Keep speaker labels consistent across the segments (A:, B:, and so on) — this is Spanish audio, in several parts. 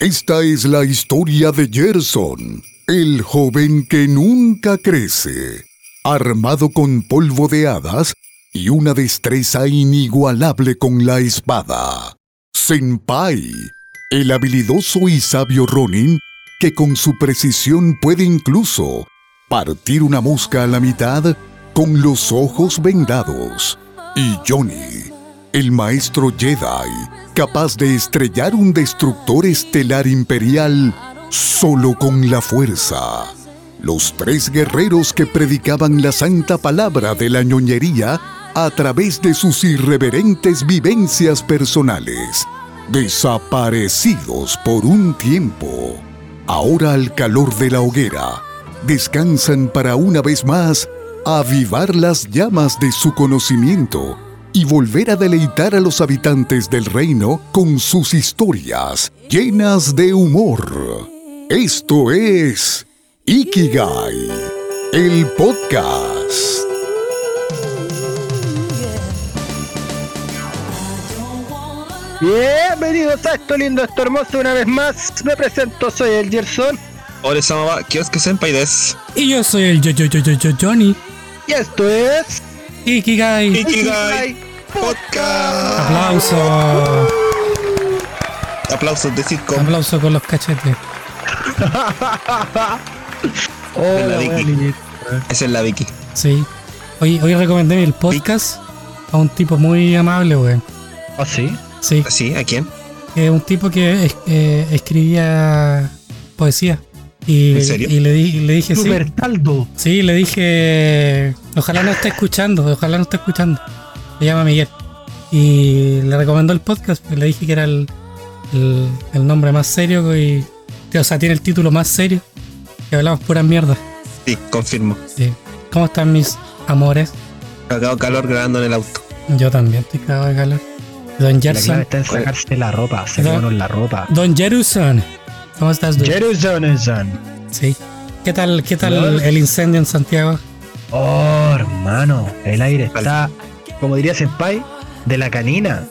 A: Esta es la historia de Gerson, el joven que nunca crece, armado con polvo de hadas y una destreza inigualable con la espada. Senpai, el habilidoso y sabio Ronin, que con su precisión puede incluso partir una mosca a la mitad con los ojos vendados. Y Johnny, el maestro Jedi, capaz de estrellar un destructor estelar imperial solo con la fuerza. Los tres guerreros que predicaban la santa palabra de la ñoñería a través de sus irreverentes vivencias personales, desaparecidos por un tiempo. Ahora al calor de la hoguera, descansan para una vez más avivar las llamas de su conocimiento y volver a deleitar a los habitantes del reino con sus historias llenas de humor. Esto es Ikigai, el podcast.
B: Bienvenidos a esto lindo, esto hermoso, una vez más. Me presento, soy el Gerson.
C: Hola Samaba, Kioske Senpai des.
D: Y yo soy el yo yo yo yo yo Johnny.
B: Y esto es.
D: Ikigai.
C: Ikigai Podcast.
D: Aplauso.
C: Aplausos de sitcom.
D: Aplauso con los cachetes.
C: la
E: Ah, Oh,
B: Hola,
C: Vicky.
B: buena niñez.
C: Esa es la Vicky.
D: Sí. Hoy, hoy recomendé el podcast a un tipo muy amable, weón.
B: ¿Ah, sí?
D: Sí.
C: ¿Sí? ¿A quién?
D: Es un tipo que es- eh, escribía poesía. Y,
C: ¿En serio?
D: y le, di- y le dije sí.
B: Super Taldo.
D: Sí, le dije. Ojalá no esté escuchando, ojalá no esté escuchando. Se llama Miguel. Y le recomendó el podcast, pues le dije que era el, el- el nombre más serio y. O sea, tiene el título más serio. Que hablamos pura mierda.
C: Sí, confirmo.
D: Sí. ¿Cómo están mis amores?
C: Acabo calor grabando en el auto.
D: Yo también estoy cagado de calor. Don
E: La clave
D: Gerson.
E: está en sacarse la ropa, sacarnos la ropa.
D: Don Jeruson. ¿Cómo estás, Don?
E: Jerusalem.
D: Sí. ¿Qué tal, qué tal el, incendio en Santiago?
E: Oh, hermano, el aire está, como diría Senpai, de la canina.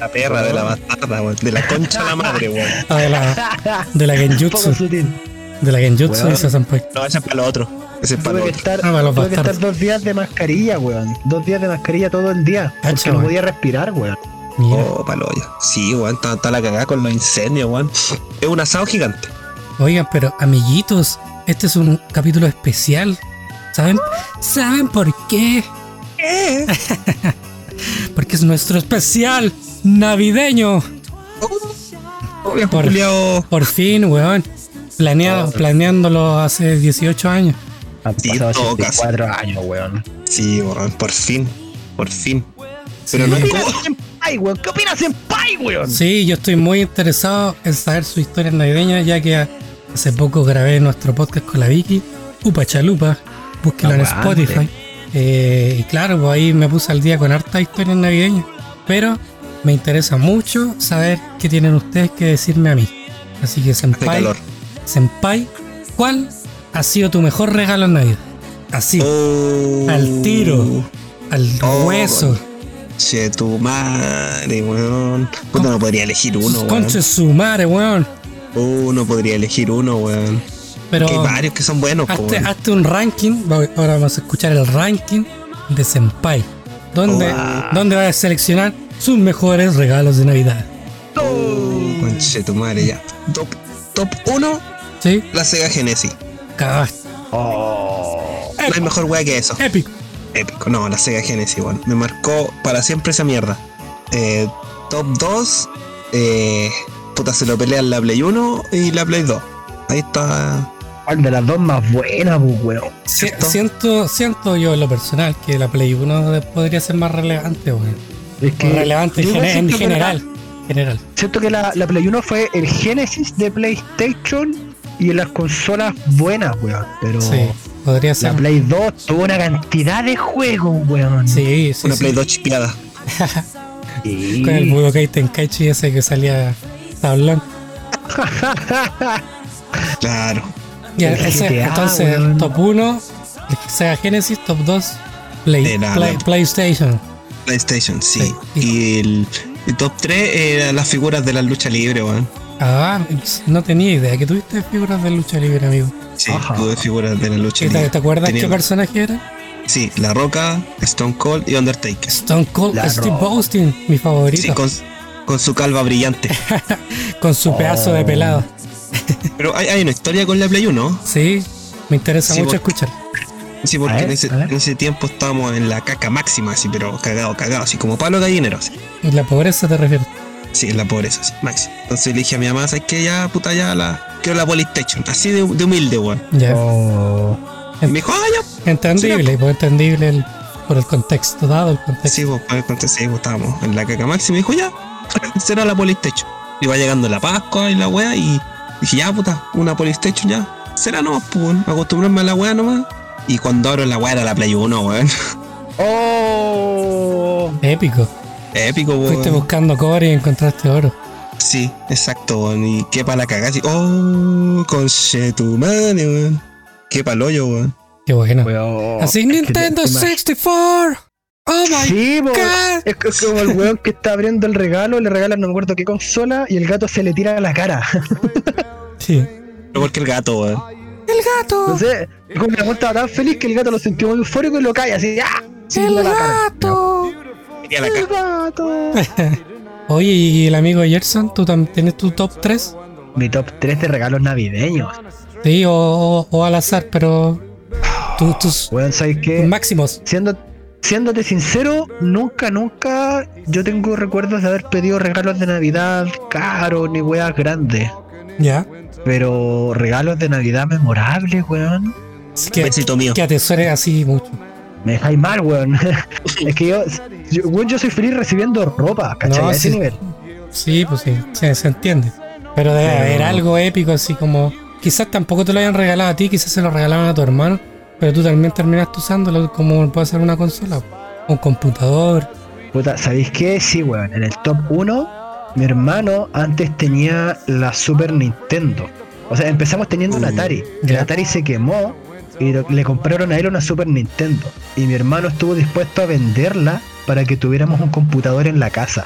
C: La perra de la bastarda, weón. De la concha a la madre, weón.
D: Ah, de la, de la
E: Poco
D: Genjutsu.
E: sutil.
D: De la Genjutsu,
E: Weón.
D: dice Sanpai.
C: No vayan para lo otro. Ese es
E: Tuve
C: para lo
E: que
C: otro.
E: estar,
D: Ah, para los
E: tuve que estar
D: bastardos.
E: dos días de mascarilla, weón. Dos días de mascarilla todo el día.
D: Cacha,
E: Porque no
D: weón.
E: podía respirar, weón.
D: Mira.
C: Oh, palo hoyo. Sí, weón. Está, está la cagada con los incendios, weón. Es un asado gigante.
D: Oigan, pero amiguitos, este es un capítulo especial. ¿Saben? ¿Saben por qué? Porque es nuestro especial navideño.
C: Oh, viejo
D: Por-
C: culiao.
D: Por fin, weón. Planeado, planeándolo hace 18 años.
E: Han
C: Sí,
E: pasado
C: todo
E: 84 años, weón.
C: Sí, weón. Por fin. Por fin. Pero
D: Sí.
C: no
E: ¿Qué opinas, Senpai, weón? ¿Qué opinas, Senpai, weón?
D: Oh. Sí, yo estoy muy interesado en saber su historia navideña, ya que hace poco grabé nuestro podcast con la Vicky, Upa Chalupa, búsquelo en
E: Aguante.
D: Spotify. Eh, y claro, pues ahí me puse al día con harta historia navideña, pero me interesa mucho saber qué tienen ustedes que decirme a mí. Así que
C: hace
D: Senpai,
C: calor.
D: Senpai, ¿cuál ha sido tu mejor regalo en Navidad? Así,
C: Oh.
D: al tiro, al
C: Oh,
D: hueso,
C: Che, tu madre, weón. Puta, no podría elegir uno, weón.
D: conche su madre, weón.
C: Uno podría elegir uno, weón.
D: Pero
C: Que hay varios que son buenos, po,
D: Hazte,
C: weón.
D: hazte un ranking. Va- Ahora vamos a escuchar el ranking de Senpai. Donde,
C: Wow.
D: donde va a seleccionar sus mejores regalos de Navidad.
C: Uh, Conche tu madre, ya. Top, top uno,
D: ¿Sí?
C: la Sega Genesis.
D: Cagaste.
E: Oh,
C: No hay mejor weá que eso.
D: Épico.
C: Épico. No, la Sega Genesis, weón. Me marcó para siempre esa mierda. Eh, top 2, eh, puta, se lo pelean la Play 1 y la Play 2. Ahí está.
E: ¿Cuál de las dos más buenas, pues, weón?
D: Si-
C: ¿Cierto?
D: siento, siento yo en lo personal que la Play 1 podría ser más relevante, weón.
E: Es que
D: Relevante en,
E: yo igual
D: gene- en
E: siento que la-
D: general. General.
E: Siento que la, la Play 1 fue el génesis de PlayStation y en las consolas buenas, weón. Pero
D: Sí. Podría
E: la
D: ser.
E: Play 2 tuvo una cantidad de juegos, weón.
D: Sí, sí,
C: Una
D: sí.
C: Play 2 chipeada.
E: Sí.
D: Con el Budokai Tenkaichi ese que salía tablón.
C: Claro.
D: Ya,
E: El
D: ese-
E: GTA,
D: entonces,
E: weón.
D: top 1, Sega Genesis, top 2, Play,
C: De la-
D: Play- PlayStation.
C: PlayStation, sí.
D: Sí.
C: Y el, El top 3 eran las figuras de la lucha libre, weón.
D: Ah, no tenía idea que tuviste figuras de lucha libre, amigo.
C: Sí,
E: Ajá.
C: tuve figuras de la lucha
D: ¿Te,
C: libre.
D: te acuerdas
C: Tenía-
D: qué personaje era?
C: Sí, La Roca, Stone Cold y Undertaker.
D: Stone Cold
E: La
D: Steve
E: Roca.
D: Austin, mi favorito,
C: Sí,
D: con,
C: con, con su calva brillante.
D: su pedazo de
E: Oh.
D: pelado.
C: Pero hay, hay una historia con la Play 1.
D: Sí, me interesa
C: Sí,
D: mucho
C: vos-
D: escuchar.
C: Sí, porque
E: A ver,
C: en, ese,
E: a ver.
C: en ese tiempo estábamos en la caca máxima, así, pero cagado, cagado, así como palo gallinero. Así.
D: ¿Y la pobreza te refieres?
C: Sí, en la pobreza, así, máximo. Entonces le dije a mi mamá, ¿sabes qué? Ya, puta, ya la. Quiero la Polystation. Así de, de humilde, weón.
D: Ya,
E: Oh.
C: Y me dijo, ah, ya.
D: entendible, pues entendible el- por el contexto dado, el contexto.
C: Sí, pues, pues, entonces ahí, pues, estábamos en la caca máxima. Y me dijo, ya, será la Polystation. Y va llegando la Pascua y la wea. Y dije, ya, puta, una Polystation ya. Será nomás, pues, weón. acostumbrarme a la wea nomás. Y cuando abro la wea era la Play 1, weón.
E: Oh.
D: Épico.
C: Épico,
D: Fuiste
C: weón.
D: buscando cobre y encontraste oro.
C: Sí, exacto, weón. Y qué para la cagada. así, Oh, conche tu madre, weón. Qué pa'l hoyo, weón.
D: Qué bueno.
E: weón.
D: Así Nintendo
E: Oh, Es que te- te
D: 64. Oh my
E: Sí, po.
D: god.
E: Es que- es como el weón que está abriendo el regalo, le regalan no me acuerdo qué consola y el gato se le tira a la cara.
D: Sí.
C: Pero porque el gato, weón.
D: El gato.
E: Entonces, como la weón estaba tan feliz que el gato lo sintió muy eufórico y lo cae así, ¡ah! Se le
D: El
E: tira la cara.
D: gato.
C: Tenía la
E: ¡El
C: caja.
E: gato!
D: Oye, ¿y el amigo Gerson? ¿Tú tam- tienes tu top 3?
E: Mi top 3 de regalos navideños.
D: Sí, o, o- o al azar, pero tú- tus
E: Weón, ¿sabes qué?
D: máximos.
E: Siendo, siéndote sincero, nunca, nunca yo tengo recuerdos de haber pedido regalos de Navidad caros ni weas grandes.
D: Ya.
E: Pero regalos de Navidad memorables, weón.
D: Así
E: Pues
D: Que,
C: Besito mío.
D: que atesore así mucho.
E: Me dejáis mal, weón. es que yo, yo, weón, yo soy feliz recibiendo ropa, ¿cachai?
D: No,
E: a ese
D: sí.
E: nivel.
D: Sí, pues sí, se, se entiende. Pero debe
E: Pero-
D: haber algo épico, así como. Quizás tampoco te lo hayan regalado a ti, quizás se lo regalaron a tu hermano, pero tú también terminaste usándolo como puede ser una consola, un computador.
E: Puta, ¿sabéis qué? Sí, weón. En el top 1, mi hermano antes tenía la Super Nintendo. O sea, empezamos teniendo un
C: Uh,
E: Atari. El
D: ya.
E: Atari se quemó y lo- le compraron a él una Super Nintendo. Y mi hermano estuvo dispuesto a venderla para que tuviéramos un computador en la casa.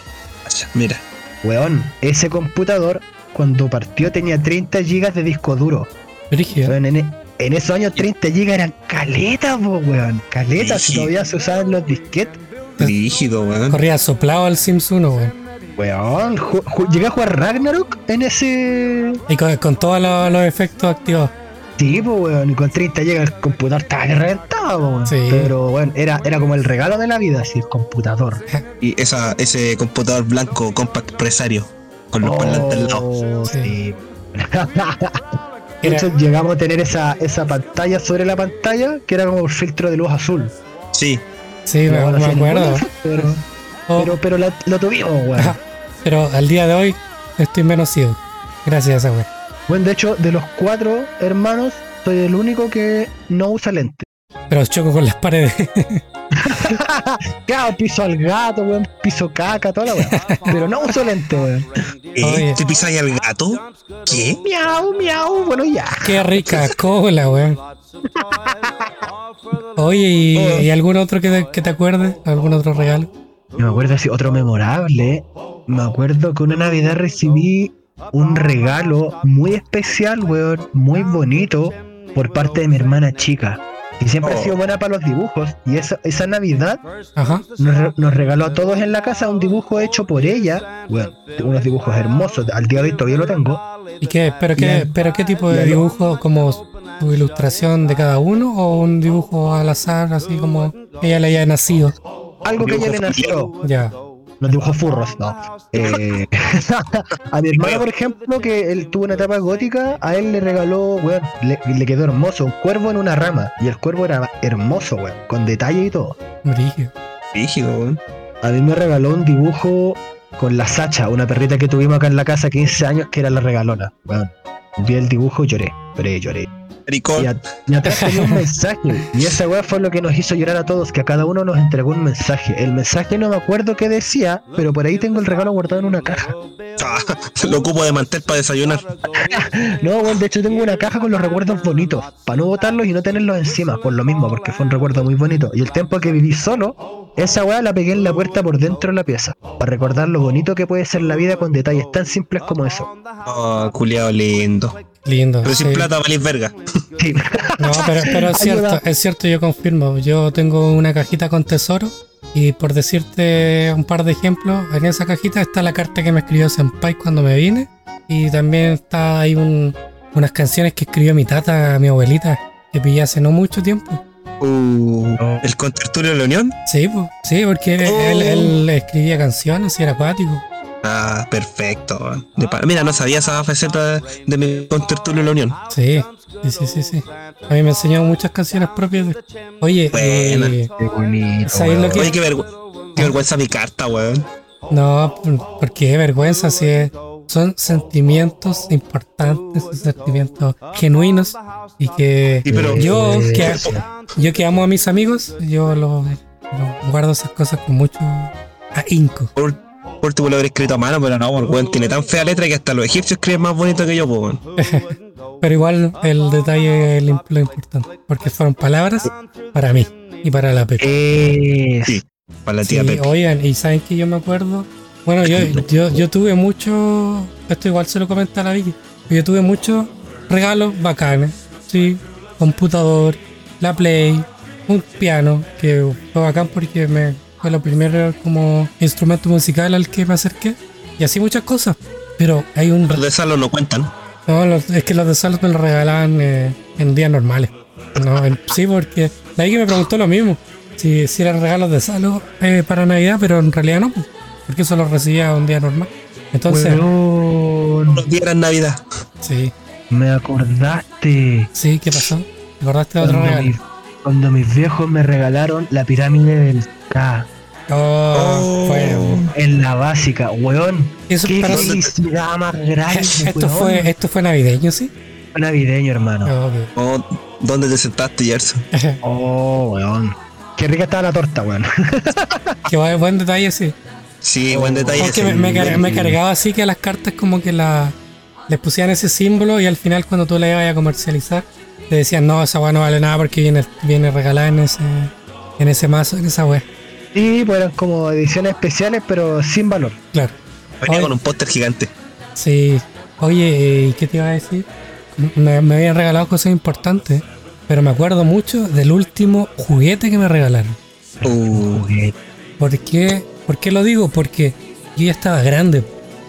C: Mira.
E: Weón, ese computador cuando partió tenía 30 GB de disco duro.
D: Brígido.
E: Weón, en, e- en esos años 30 GB eran caletas, po, weón. Caletas, si
C: Sí.
E: todavía se usaban los disquetes.
C: Rígido, weón.
D: Corría soplado al Sims 1, weón.
E: Weón, ju- ju- llegué a jugar Ragnarok en ese
D: Y con, con todos los, los efectos activados.
E: tipo, weón. Y con 30 llega el computador, estaba que reventaba, po, weón.
D: Sí.
E: Pero bueno, era, era como el regalo de la vida, así el computador.
C: Y esa, ese computador blanco compact presario. Con los parlantes al lado.
E: Oh,
D: Sí.
E: sí.
D: Era-
E: Entonces llegamos a tener esa, esa pantalla sobre la pantalla que era como el filtro de luz azul.
C: Sí.
D: Sí, me,
E: No, no
D: me
E: hacía
D: acuerdo.
E: ningún efecto, Pero,
D: Oh,
E: pero, pero la- lo tuvimos, weón.
D: pero al día de hoy estoy menos ido. Gracias a esa weón.
E: Bueno, de hecho, de los cuatro hermanos, soy el único que no usa lente.
D: Pero choco con las paredes.
E: Claro, piso al gato, weón, piso caca, toda la weón. Pero no uso lente, weón.
D: Oye.
C: ¿Eh? ¿Te pisas ahí al gato? ¿Qué?
E: Miau, miau, bueno ya.
D: Qué rica cola, weón. Oye, ¿y, y algún otro que te, que te acuerdes? ¿Algún otro regalo?
E: No me acuerdo si otro memorable. Me acuerdo que una Navidad recibí un regalo muy especial, weón, muy bonito, por parte de mi hermana chica. Y siempre
C: Oh.
E: ha sido buena para los dibujos. Y esa, esa Navidad
D: Ajá.
E: nos, re- nos regaló a todos en la casa un dibujo hecho por ella. Bueno, unos dibujos hermosos. Al día de hoy todavía lo tengo.
D: ¿Y qué? ¿Pero qué,
E: Bien.
D: pero qué tipo de
E: Bien.
D: dibujo? ¿Como tu ilustración de cada uno o un dibujo al azar, así como ella le haya nacido?
E: Algo que ella le nació.
D: Ya.
E: Los dibujos furros, no. Eh, a mi hermano, por ejemplo, que él tuvo una etapa gótica, a él le regaló, weón, le, le quedó hermoso, un cuervo en una rama. Y el cuervo era hermoso, weón, con detalle y todo.
D: Brillo.
C: Rígido, weón.
E: A mí me regaló un dibujo con la Sacha, una perrita que tuvimos acá en la casa 15 años, que era la regalona, weón. Vi el dibujo y lloré, lloré, lloré. Y,
C: maricón.
E: a- y atrás tenía un mensaje. Y esa weá fue lo que nos hizo llorar a todos, que a cada uno nos entregó un mensaje. El mensaje no me acuerdo qué decía, pero por ahí tengo el regalo guardado en una caja.
C: Ah, lo ocupo de mantel para desayunar.
E: No, weón, de hecho tengo una caja con los recuerdos bonitos, para no botarlos y no tenerlos encima, por lo mismo, porque fue un recuerdo muy bonito. Y el tiempo que viví solo, esa weá la pegué en la puerta por dentro de la pieza, para recordar lo bonito que puede ser la vida con detalles tan simples como eso.
C: Oh, culiado lindo.
D: Lindo.
C: Pero sin
D: sí.
C: plata valís verga.
E: Sí.
D: No, pero, pero es cierto,
E: Ayuda.
D: es cierto, yo confirmo. Yo tengo una cajita con tesoro y por decirte un par de ejemplos, en esa cajita está la carta que me escribió Senpai cuando me vine y también está ahí un- unas canciones que escribió mi tata, mi abuelita, que pillé hace no mucho tiempo.
C: Uh, el contertulio de la Unión.
D: Sí, po, sí, porque él, él- él escribía canciones y era acuático.
C: Ah, perfecto. weón. De pa- Mira, no sabía esa faceta de mi contertulio de la Unión.
D: Sí, sí, sí, sí, sí. A mí me enseñó muchas canciones propias. de- Oye,
C: Buena.
D: eh,
E: Qué bonito.
D: ¿sabéis lo
E: weón.
D: que-
C: Oye, qué, vergü- qué vergüenza mi carta, weón.
D: No, por- porque vergüenza, sí. es- Son sentimientos importantes, son sentimientos genuinos y que
C: Sí, pero-
D: yo,
E: Eh,
D: que,
E: sí.
D: yo que amo a mis amigos, yo lo, lo guardo esas cosas con mucho ahínco.
C: Por, ul- por último lo habré escrito a mano, pero no, el weón tiene tan fea letra que hasta los egipcios creen más bonito que yo, po, weón.
D: Pero igual el detalle es lo lo importante, porque fueron palabras para mí y para la Pepe.
E: Es-
C: Sí. Para la tía
D: Sí,
C: Pepe.
D: oigan, y saben que yo me acuerdo. Bueno, yo, yo, yo tuve mucho. Esto igual se lo comenta a la Vicky. pero Yo tuve muchos regalos bacanes. Sí, computador, la Play, un piano, que fue bacán porque me fue lo primero como instrumento musical al que me acerqué. Y así muchas cosas. Pero hay un.
C: Los de Salo no cuentan.
D: No, los- es que los de Salos me los regalaban eh, en días normales. No, en- sí, porque la que me preguntó lo mismo. Si, si eran regalos de Salos eh, para Navidad, pero en realidad no, pues, porque eso los recibía un día normal. Entonces,
E: Weón,
C: Los días eran Navidad.
D: sí,
E: me acordaste.
D: sí, ¿qué pasó? ¿Te acordaste de otro
E: Cuando,
D: regalo?
E: mi- cuando mis viejos me regalaron la pirámide del K
D: Oh,
C: Oh.
D: fue-
E: en la básica, weón.
D: Eso
E: qué
D: para-
E: felicidad más grande,
D: esto
E: weón.
D: fue, esto fue navideño, sí.
E: navideño, hermano.
D: No,
C: Oh, ¿Dónde te sentaste, Gerson?
D: que-
E: Oh, weón. Qué rica estaba la torta, weón.
D: que buen buen detalle, sí.
C: Sí, buen detalle.
D: Porque
C: sí.
D: Oh, me, me car- me cargaba así que las cartas como que la, les pusían ese símbolo y al final cuando tú la ibas a comercializar te decían no, esa weá no vale nada porque viene, viene regalada en ese, en ese mazo, en esa weá.
E: Sí, pues eran como ediciones especiales, pero sin valor.
D: Claro.
C: Venía con un póster gigante.
D: Sí. Oye, eh, ¿y ¿qué te iba a decir? Me, me habían regalado cosas importantes, pero me acuerdo mucho del último juguete que me regalaron.
C: Uh,
E: Juguete.
D: ¿Por qué, ¿Por qué lo digo? Porque yo ya estaba grande.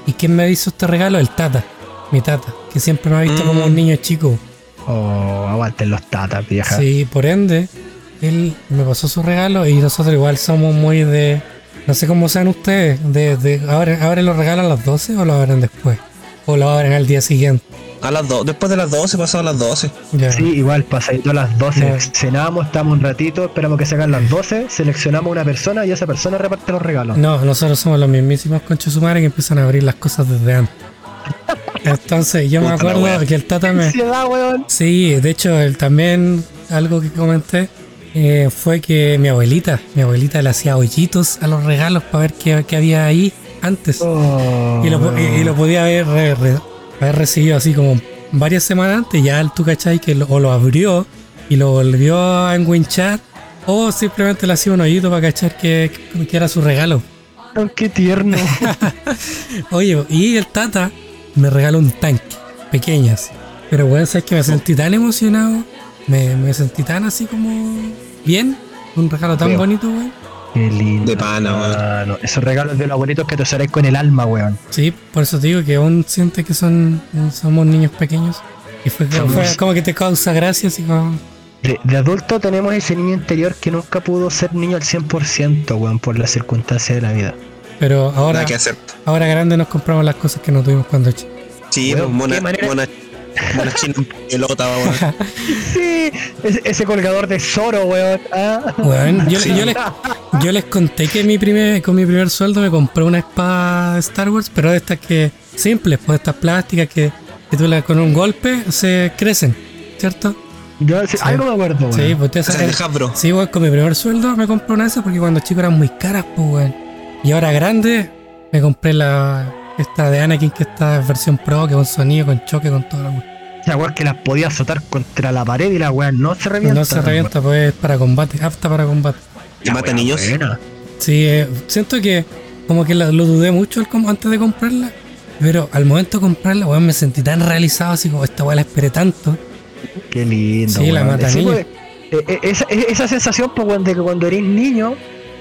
D: ¿Y quién me hizo este regalo? El tata. Mi tata, que siempre me ha visto como un niño chico.
E: Oh, aguanten los tatas, vieja.
D: Sí, por ende, él me pasó su regalo y nosotros igual somos muy de. No sé cómo sean ustedes, de, de abren, abren los regalos a las 12 o lo abren después. O lo abren al día siguiente.
C: a las do- después de las 12, pasado a las 12.
D: Ya.
E: Sí, igual, pasadito a las 12.
D: Ya.
E: Cenamos, estamos un ratito, esperamos que se hagan las 12, seleccionamos una persona y esa persona reparte los regalos.
D: No, nosotros somos los mismísimos conchos su madre que empiezan a abrir las cosas desde antes. Entonces, yo me
C: Puta la
D: acuerdo
C: wea.
D: que el tata me.
E: Ansiedad, weón.
D: Sí, de hecho, él también algo que comenté eh, fue que mi abuelita, mi abuelita le hacía hoyitos a los regalos para ver qué, qué había ahí antes.
E: Oh,
D: Y lo, po- y- y lo podía haber, re- re- haber recibido así como varias semanas antes. Ya el tú cachai que lo, o lo abrió y lo volvió a enguinchar. O simplemente le hacía un hoyito para cachar que, que era su regalo.
E: weón, qué tierno.
D: Oye, y el Tata me regaló un tanque, pequeñas. Pero bueno, sabes que me sentí tan emocionado. Me, me sentí tan así como bien. Un regalo tan
E: Veo.
D: bonito, weón.
E: Qué lindo.
C: De pana, weón.
E: hermano. Esos regalos de los abuelitos que te usaréis con el alma, weón.
D: Sí, por eso te digo que aún sientes que son somos niños pequeños. Y fue, como- fue como que te causa gracia, así como...
E: De, de adulto tenemos ese niño interior que nunca pudo ser niño al 100%, weón, por las circunstancias de la vida.
D: Pero ahora,
C: Nada que hacer.
D: ahora grande nos compramos las cosas que no tuvimos cuando chicos.
C: Sí,
E: Weón,
C: pues, mona,
E: qué manera-
C: mona, mona china en pelota, weón.
E: Sí, ese, ese colgador de Zoro, weón. Ah.
D: Weón, yo,
C: Sí.
D: yo les, yo les conté que mi primer, con mi primer sueldo me compré una espada de Star Wars, pero de estas que simples, pues estas plásticas que, que tú la, con un golpe se crecen, ¿cierto?
E: Yo, sí,
D: Sí.
E: Algo me acuerdo,
D: Sí,
E: weón.
D: pues ustedes
C: O sea,
D: saben.
C: de Hasbro.
D: Sí, weón, con mi primer sueldo me compré una de esas porque cuando chico eran muy caras, pues, weón. Y ahora grande, me compré la. Esta de Anakin, que esta versión pro, que con sonido, con choque, con todo, weón.
E: Esa weón que las podía azotar contra la pared y la weá no se revienta.
D: No se revienta, pues, para combate, apta para combate.
C: Y mata niños.
E: Buena.
D: Sí, eh, siento que como que la- lo dudé mucho al com- antes de comprarla, pero al momento de comprarla, weón, me sentí tan realizado, así como esta weá la esperé tanto.
E: Qué lindo.
D: Sí, la
E: weón.
D: mata niños.
E: pues, eh, eh, esa, eh, esa sensación, pues, weón, de que cuando eres niño,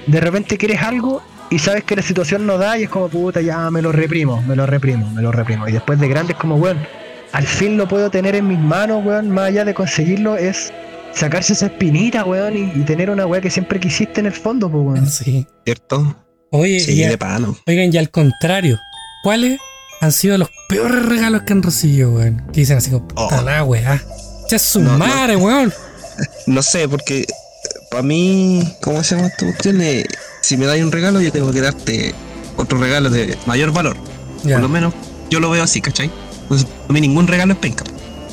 E: de repente quieres algo y sabes que la situación no da y es como, puta, ya me lo reprimo, me lo reprimo, me lo reprimo. Y después de grande es como, weón, al fin lo puedo tener en mis manos, weón, más allá de conseguirlo es sacarse esa espinita, weón, y, y tener una weá que siempre quisiste en el fondo, pues, weón.
D: Sí.
C: ¿Cierto?
D: Oye,
C: Sí,
D: y a-
C: de pano.
D: oigan, y al contrario, ¿cuáles han sido los peores regalos que han recibido, weón? Que dicen así como, puta
C: Oh.
D: la weá. Ya su
C: No, no.
D: madre, weón.
C: No sé, porque para mí, ¿cómo se llama esta cuestión? Eh, Si me dais un regalo, yo tengo que darte otro regalo de mayor valor.
D: Ya,
C: Por lo menos yo lo veo así, ¿cachai? Pues a mí ningún regalo es penca.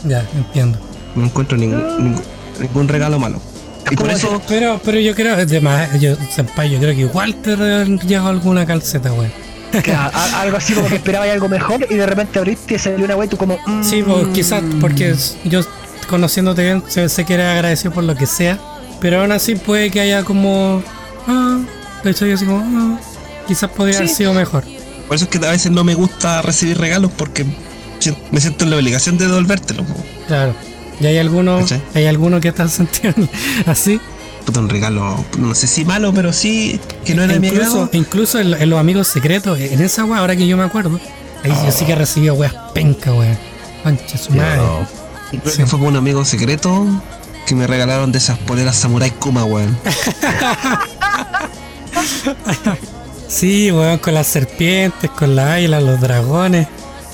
D: ya, entiendo.
C: No encuentro ningún, ningún, ningún regalo malo. Y por
D: Como
C: eso,
D: que- Pero, pero yo creo, además, yo, senpai, yo creo que igual te llegó alguna calceta, weón.
E: Claro, a- algo así como que esperabas algo mejor y de repente abriste y salió una weá y tú como. mm,
D: Sí, pues quizás porque s- yo conociéndote bien sé, sé que eres agradecido por lo que sea, pero aún así puede que haya como... Ah, ¿cachai? así como... ah, quizás podría haber sido mejor.
C: por eso es que a veces no me gusta recibir regalos porque si- me siento en la obligación de devolvértelo. po.
D: Claro. Y hay algunos,
C: ¿Cachai?
D: hay algunos que están sintiendo así.
C: Puta, un regalo, no sé si malo, pero sí que no era de mi
D: incluso
C: agrado.
D: incluso en, lo- en los amigos secretos, en esa weá, ahora que yo me acuerdo, ahí yo sí
C: Oh.
D: que he recibido weas penca, weón. Concha su madre.
C: Creo que fue con un amigo secreto que me regalaron de esas poleras Samurai Kuma, weón.
D: Sí, weón, con las serpientes, con las águilas, los dragones.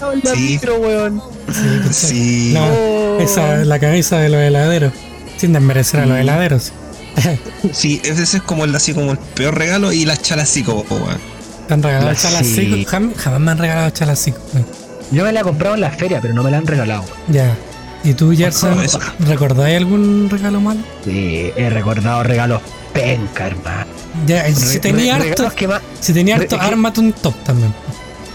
E: Hola,
C: Sí.
E: micro, weón.
C: Sí.
D: No,
E: Oh.
D: esa, la camisa de los heladeros. Sin desmerecer a
E: Mm.
D: los heladeros.
C: Sí, ese es como el, así como el peor regalo y las chalas sí, como, oh, weón.
D: Te han regalado
E: La-
D: chalacico.
E: sí.
D: Jam- jamás me han regalado chalacico. weón.
E: Yo me la he comprado en la feria, pero no me la han regalado.
D: Ya. ¿Y tú, Gerson,
C: eso.
D: recordáis algún regalo malo?
E: Sí, he recordado regalos penca, hermano.
D: Ya, si
E: Re-
D: tenía
E: re-
D: harto,
E: regalos que más-
D: si tenía
E: re-
D: harto,
E: es que-
D: ármate un top también.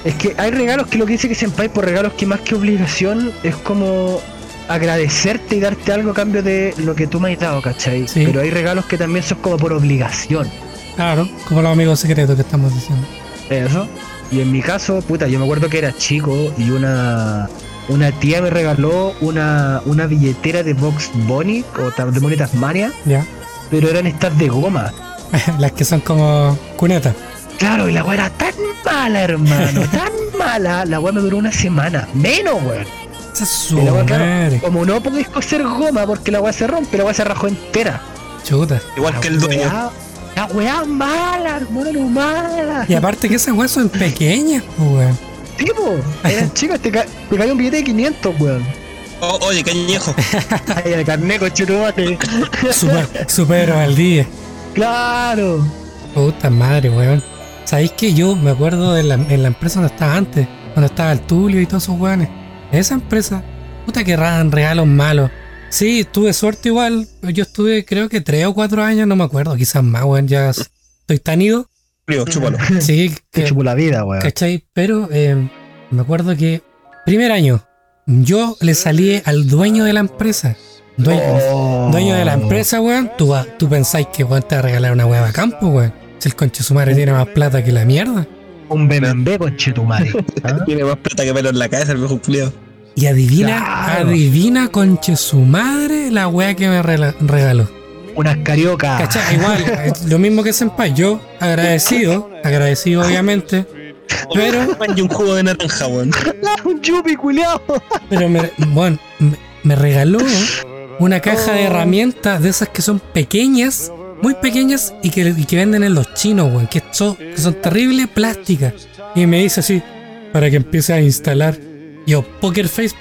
E: Es que hay regalos que lo que dice que Senpai por regalos que más que obligación es como agradecerte y darte algo a cambio de lo que tú me has dado, ¿cachai?
D: Sí.
E: Pero hay regalos que también son como por obligación.
D: Claro, como los amigos secretos que estamos diciendo.
E: Eso. Y en mi caso, puta, yo me acuerdo que era chico y una una tía me regaló una, una billetera de Box Bunny o ta- de Monetas Mania,
D: Ya.
E: pero eran estas de goma.
D: Las que son como cunetas.
E: Claro, y la weá era tan mala, hermano, tan mala. La weá me duró una semana, menos, weón.
D: Esa es su
E: Y la weá, claro,
D: madre.
E: como no podéis coser goma porque la weá se rompe, la weá se rajó entera.
D: Chuta.
C: Igual
E: La
D: Ah,
C: que el dueño.
E: weá- La weá mala, hermano, mala.
D: Y aparte que esas weas son pequeñas, pues, weón.
E: Tipo, eran chicas, te, ca- te cayó un billete de 500, weón.
C: O- Oh, oye, cañejo.
E: Ay, el carné con churubate.
D: Super, super al día.
E: claro.
D: Puta madre, weón. ¿Sabéis que yo me acuerdo de la, en la empresa donde estaba antes? Donde estaba el Tulio y todos esos weones. En esa empresa, puta que rajan regalos malos. Sí, tuve suerte igual. Yo estuve creo que tres o cuatro años, no me acuerdo, quizás más, weón. Ya s- estoy tan ido.
C: Frío, chúpalo.
D: Sí,
E: Te
D: que,
E: chupó la vida, weón.
D: ¿cachai? Pero eh, me acuerdo que primer año, yo le salí al dueño de la empresa. Dueño,
E: Oh.
D: Dueño de la empresa, weón, tú, va- tú pensáis que weón, te va a regalar una hueva a campo, weón. Si el conche su madre tiene más plata que la mierda.
E: Un bebé con chetumare. Ah,
C: Tiene más plata que pelo en la cabeza el viejo culiao.
D: Y adivina,
E: Claro.
D: adivina, conche su madre, la wea que me rela- regaló.
E: Unas cariocas.
D: ¿Cachai? Igual, es lo mismo que Senpai. Yo, agradecido, agradecido obviamente, pero,
C: Y un jugo de naranja, weón.
E: un chupi, culiao.
D: pero me, bueno, me, me regaló una caja de herramientas de esas que son pequeñas, muy pequeñas y que, y que venden en los chinos, weón, que son, que son terribles plásticas. Y me dice así, para que empiece a instalar. Yo, Poker Face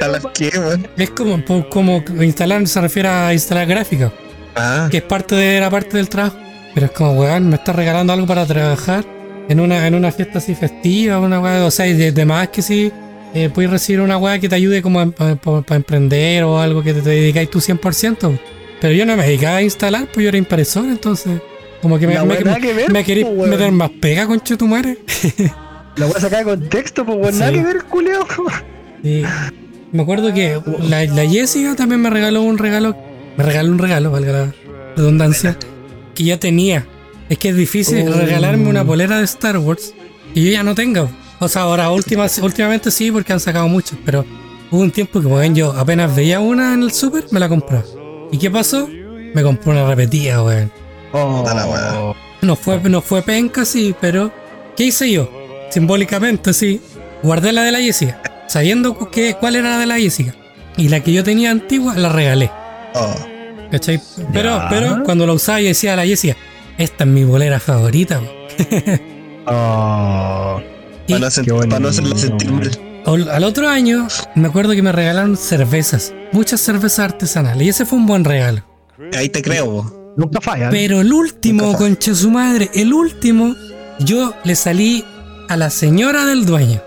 C: ¿Talas qué, weón?
D: es como, po- como instalar, se refiere a instalar gráfica,
C: Ah,
D: que es parte de la parte del trabajo. Pero es como, weón, me está regalando algo para trabajar en una, en una fiesta así festiva, una weá, o sea, y de, de más que sí, eh, puedes recibir una weá que te ayude como para emprender o algo que te, te dedicáis tú 100%. Pero yo no me dedicaba a instalar, pues yo era impresor, entonces. Como que me,
E: La
D: me,
E: weá nada que ver,
D: me querís
E: po, weón.
D: meter más pega, conche tu madre.
E: La voy a sacar de contexto, pues weón, nada
D: Sí.
E: que ver, culeo.
D: Sí. Me acuerdo que la, la Jessica también me regaló un regalo. Me regaló un regalo, valga la redundancia. Que ya tenía. Es que es difícil
E: Oh.
D: regalarme una polera de Star Wars y yo ya no tengo. O sea, ahora últimas, últimamente sí, porque han sacado muchas, pero hubo un tiempo que weón, yo apenas veía una en el super, me la compraba. ¿Y qué pasó? Me compró una repetida, weón.
E: Oh,
C: Puta la weá.
D: No fue, no fue penca, sí, pero ¿qué hice yo? Simbólicamente, sí. Guardé la de la Jessica, sabiendo cu- que, cuál era la de la Jessica. Y la que yo tenía antigua la regalé.
C: Oh.
D: ¿Cachai? Pero,
E: Ya.
D: pero cuando la usaba yo decía a la Jessica, esta es mi bolera favorita. weón".
E: oh.
D: Y-
C: Para no, hacer-
E: Qué bonito.
C: para no hacerla sentir mal.
D: Al al otro año me acuerdo que me regalaron cervezas, muchas cervezas artesanales, y ese fue un buen regalo.
C: Ahí te creo, po.
E: Nunca falla.
D: Pero el último,
C: Nunca falla.
D: concha su madre, el último, yo le salí a la señora del dueño.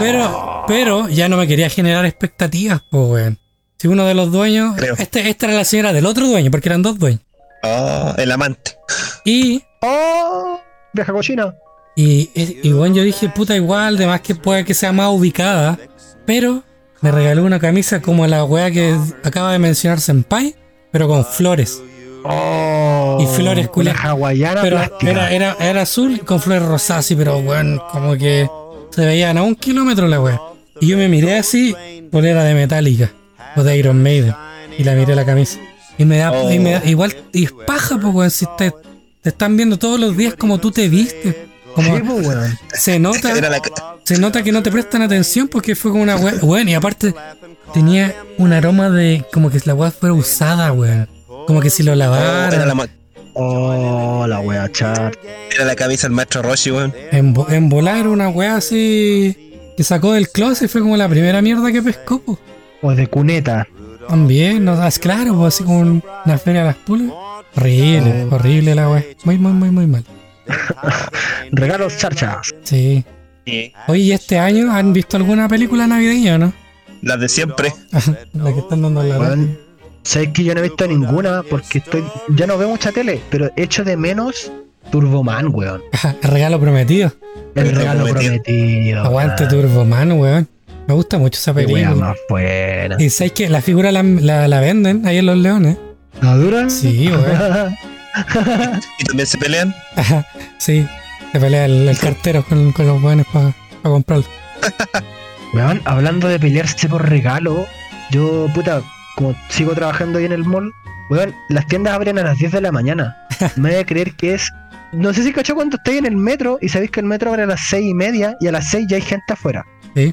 D: Pero, pero ya no me quería generar expectativas, pues weón. Si uno de los dueños,
C: Creo.
D: este, esta era la señora del otro dueño, porque eran dos dueños.
C: Oh, el amante.
D: Y
E: Oh, vieja cochina.
D: Y, es- y bueno, yo dije, puta, igual, además que pueda que sea más ubicada, pero me regaló una camisa como la weá que acaba de mencionar Senpai, pero con flores.
E: Oh,
D: Y flores, culia.
E: Una hawaiana
D: Pero
E: plástica.
D: era, era, era azul con flores rosadas, sí, pero weón, como que se veían a un kilómetro la weá. Y yo me miré así, polera de Metallica o de Iron Maiden, y la miré la camisa. Y me da, y me
C: Oh.
D: da- igual, y es paja, pues weón, si te, te están viendo todos los días como tú te viste. Como
E: Sí, pues, weón.
D: se nota.
C: Era la ca-
D: Se nota que no te prestan atención porque fue como una weá. Weón, y aparte tenía un aroma de como que la weá fuera usada, weón. Como que si lo
C: era, la,
D: lavaran.
C: ma-
E: Oh, la wea chat.
C: era la cabeza del maestro Roshi, weón.
D: En, vo- en volar era una weá así que sacó del closet. Fue como la primera mierda que pescó, po.
E: O de cuneta.
D: También, no das claro, po, así como un- una feria a las pulas. Horrible, horrible la weá. Muy, muy, muy, muy mal.
E: Regalos charchas.
D: Sí. Oye, ¿y este año han visto alguna película navideña o no?
C: Las de siempre.
D: la que están dando en la radio.
E: Weón, sabes que yo no he visto ninguna porque estoy. Ya no veo mucha tele, pero echo de menos Turboman, weón.
D: Ah, Regalo prometido.
E: El
C: Pero
E: regalo
C: prometido.
E: prometido.
D: Aguante
E: weón.
D: Turboman, weón. Me gusta mucho esa
E: Qué wea
D: película.
E: más buena.
D: Y sabes que la figura la, la- la venden ahí en Los Leones.
E: ¿La dura?
D: Sí, weón.
C: Y también se pelean.
D: Ajá, sí. Se pelea el, el cartero con, con los weones para comprarlo.
E: Weón, hablando de pelearse por regalo, yo, puta, como sigo trabajando ahí en el mall, weón, las tiendas abren a las 10 de la mañana. Me voy a creer que es. No sé si cachó cuando estoy en el metro y sabéis que el metro abre a las 6 y media y a las 6 ya hay gente afuera.
C: Eh,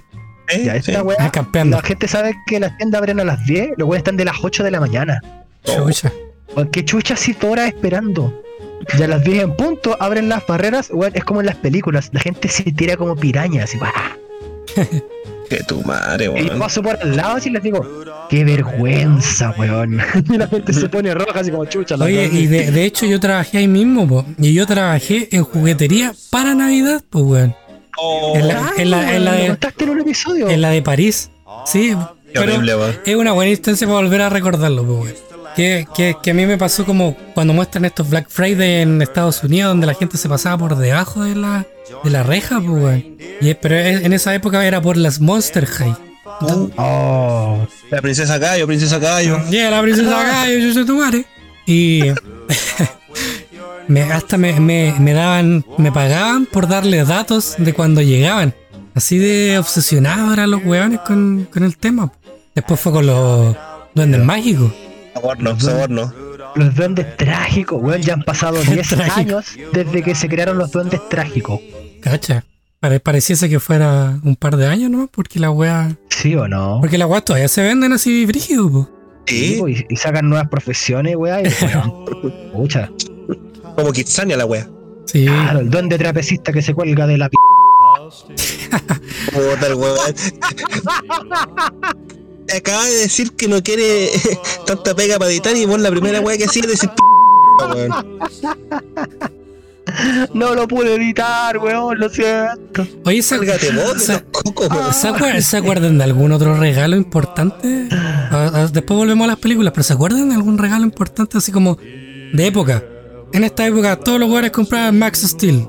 E: Ya,
C: sí.
E: esta weá.
D: Ah, campeando.
E: La gente sabe que las tiendas abren a las 10, los weones están de las 8 de la mañana.
D: Chucha.
E: Weón, qué chucha si horas esperando. Ya a las 10 en punto abren las barreras, weón, es como en las películas, la gente se tira como piraña, así, ¡guau!
C: Que tu madre,
E: Y
C: weón.
E: paso por al lado así y les digo, Oh, qué vergüenza, weón. Y la gente se pone roja así como chucha. la
D: Oye,
E: weón.
D: y de, de hecho yo trabajé ahí mismo, po. Y yo trabajé en juguetería para Navidad, pues, weón.
C: Oh,
D: En la,
E: Ah,
D: en la-
E: weón,
D: en la
E: lo
D: de,
E: contaste en un episodio.
D: en la de París. Sí,
C: Ah, qué
D: pero
C: horrible, weón.
D: es una buena instancia para volver a recordarlo, pues, weón. Que, que- que a mí me pasó como cuando muestran estos Black Friday en Estados Unidos, donde la gente se pasaba por debajo de la, de la reja, pues, weón. Y es- pero es- en esa época era por las Monster High.
E: Oh,
C: La princesa gallo, princesa gallo.
D: Llega la princesa Gallo, yo soy tu madre. Y me, hasta me, me, me daban, me pagaban por darle datos de cuando llegaban. Así de obsesionados eran los weones con, con el tema. Después fue con los duendes mágicos.
C: Soborno, soborno.
E: los duendes trágicos, weón. Ya han pasado 10
D: Trágico.
E: años desde que se crearon los duendes trágicos.
D: Cacha. Pare- pareciese que fuera un par de años, ¿no? Porque la wea.
E: ¿Sí o no?
D: Porque la wea todavía se venden así brígido, po.
C: Sí,
E: Y, y sacan nuevas profesiones, weón. Y, weón, pucha.
C: como Kitsania la wea.
D: Sí.
E: Claro, el duende trapecista que se cuelga de la p.
C: Puta el weón. Acaba de decir que no quiere tanta pega para editar y vos la primera wea que hacía es decir p. weón.
E: No lo pude editar, weón, lo siento.
D: Oye, ¿se,
C: Cálgate vos,
D: se-
C: de los cocos, weón.
D: ¿se acuer- se acuerdan de algún otro regalo importante? Ah, ah, Después volvemos a las películas, pero ¿se acuerdan de algún regalo importante así como de época? En esta época todos los jugadores compraban Max Steel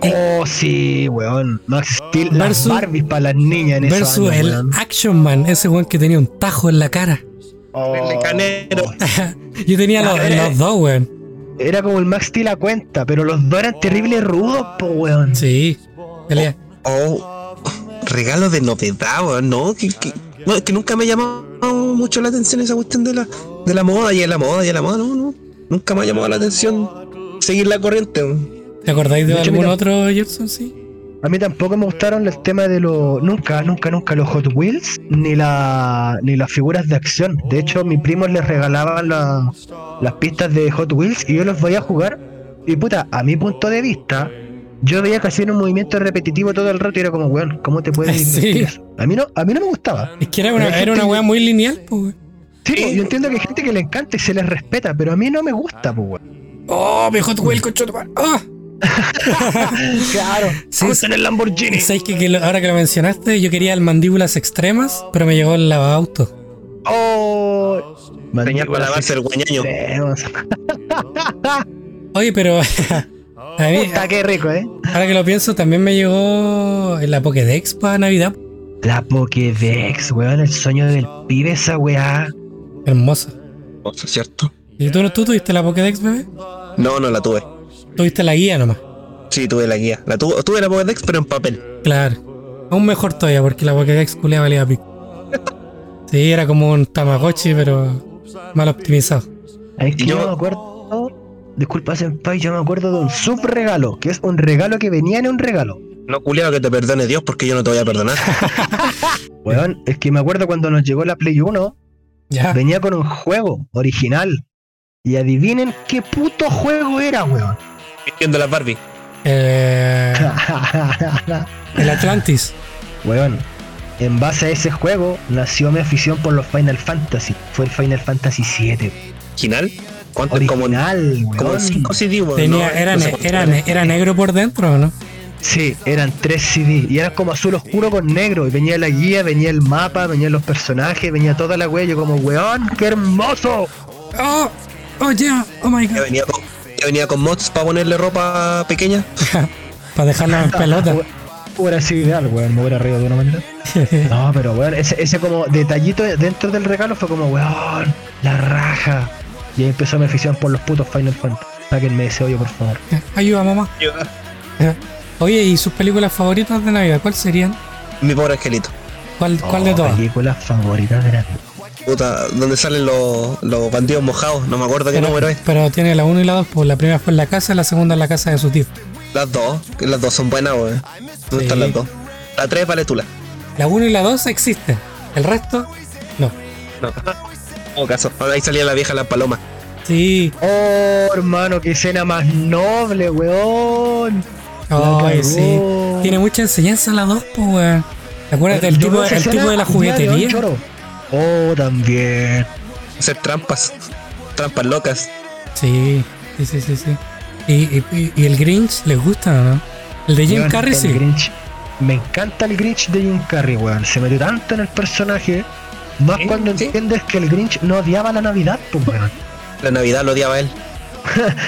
E: Oh, sí, weón. Max Steel, las
D: Versus-
E: Barbies para las niñas en esos
D: versus
E: años,
D: el
E: weón.
D: Action Man, ese weón que tenía un tajo en la cara.
E: Oh.
C: El canero.
D: Yo tenía los, los dos, weón.
E: Era como el Max Steel a cuenta, pero los dos eran terribles rudos, po, weón.
D: Sí. pelea.
C: Oh, regalo de novedad, weón, no, que, que- no, que nunca me ha llamado mucho la atención esa cuestión de la, de la moda y de la moda y de la moda, no, no. Nunca me ha llamado la atención seguir la corriente. weón.
D: ¿Te acordáis de,
E: De hecho,
D: algún
E: mira-
D: otro Gerson? Sí.
E: A mí tampoco me gustaron el tema de los. Nunca, nunca, nunca los Hot Wheels ni, la, ni las figuras de acción. De hecho, mis primos les regalaban la- las pistas de Hot Wheels y yo los veía jugar. Y puta, a mi punto de vista, yo veía que hacían un movimiento repetitivo todo el rato y era como, weón, ¿cómo te puedes
D: Sí.
E: divertir eso? A mí no, a mí no me gustaba.
D: Es que era
E: Pero
D: una,
E: hay
D: era
E: gente
D: una
E: que-
D: weá muy lineal, pues, weón.
E: Sí, pues, yo entiendo que hay gente que le encanta y se les respeta, pero a mí no me gusta, pues, weón.
D: ¡Oh, mi Hot Wheel, concho de tu madre! ¡Ah!
E: Claro,
D: Sí,
E: justo en el Lamborghini.
D: ¿Sabes que, que lo- ahora que lo mencionaste, yo quería el mandíbulas extremas, pero me llegó el lavauto.
E: Oh,
C: Tenía para lavarse el guañaño.
D: Oye, pero a mí,
E: Puta, qué rico, eh.
D: ahora que lo pienso, también me llegó la Pokédex para Navidad.
E: La Pokédex, weón, el sueño del pibe, esa weá.
D: Hermosa.
C: O sea, ¿Cierto?
D: ¿Y tú, no- tú tuviste la Pokédex, bebé?
C: No, no la tuve.
D: Tuviste la guía nomás.
C: Sí, tuve la guía. La tuve, tuve la Pokédex, pero en papel.
D: Claro. Aún mejor todavía, porque la Pokédex culea valía pico. Sí, era como un Tamagotchi, pero mal optimizado.
E: Es que
C: Yo-
E: yo, me acuerdo. Disculpa, Senpai, yo me acuerdo de un subregalo, que es un regalo que venía en un regalo.
C: No, culiado, que te perdone Dios, porque yo no te voy a perdonar.
E: Weón, es que me acuerdo cuando nos llegó la Play 1,
D: Ya.
E: venía con un juego original. Y adivinen qué puto juego era, weón.
C: Viendo las Barbie.
D: Eh, el Atlantis.
E: Weón, en base a ese juego nació mi afición por los Final Fantasy. Fue el Final Fantasy VII.
C: ¿Original? ¿Cuánto?
E: Original,
C: como como
E: weón.
C: 5 CD, weón.
D: Tenía, e-,
C: ¿no?
D: era,
C: No sé
D: ne-
C: cuánto
D: era,
C: era.
D: ne- era negro por dentro, ¿o ¿no?
E: Sí, eran tres CD. Y eran como azul oscuro con negro. Y venía la guía, venía el mapa, venían los personajes, venía toda la wea. Yo como, weón, qué hermoso.
D: Oh, oh yeah, oh my
C: Ya
D: god.
C: venía con, ya venía con mods para ponerle ropa pequeña.
D: Para dejarla en pelota.
E: Hubiera sido ideal, weón. Me hubiera reído de una manera. No, pero weón, ese, ese como detallito dentro del regalo fue como, weón, la raja. Y ahí empezó mi afición por los putos Final Fantasy. Sáquenme ese hoyo, por favor.
D: Ayuda, mamá. Oye, ¿y sus películas favoritas de Navidad? ¿Cuál serían?
C: Mi pobre angelito.
D: ¿Cuál, cuál de
E: Oh,
D: todas?
E: Película favorita de la
C: Puta, donde salen los, los bandidos mojados, no me acuerdo qué
D: Pero,
C: número es.
D: pero tiene la 1 y la 2, pues la primera fue en la casa, la segunda en la casa de su tío.
C: Las dos, que las dos son buenas, weón. ¿Dónde
D: Sí.
C: están las dos? La tres vale tú la.
D: La 1 y la 2 existen, el resto no.
C: No. Oh, caso. Ahora ahí salía la vieja la paloma.
D: Sí,
E: Oh, hermano, qué escena más noble, weón.
D: ay,
E: cagó.
D: sí. Tiene mucha enseñanza la 2, pues weón. Acuérdate, el
E: Yo
D: tipo,
E: veo esa
D: el
E: escena
D: tipo de la
E: al día de hoy,
D: juguetería.
E: choro. Oh, también.
C: Hacer trampas. Trampas locas.
D: Sí, sí, sí, sí. sí. Y, y- y el Grinch les gusta, ¿no? El de Jim
E: Weón,
D: Carrey,
E: el
D: sí.
E: Grinch. Me encanta el Grinch de Jim Carrey, weón. Se metió tanto en el personaje. Más
C: Sí,
E: cuando
C: sí.
E: entiendes que el Grinch no odiaba la Navidad, pues, weón.
C: La Navidad lo odiaba él.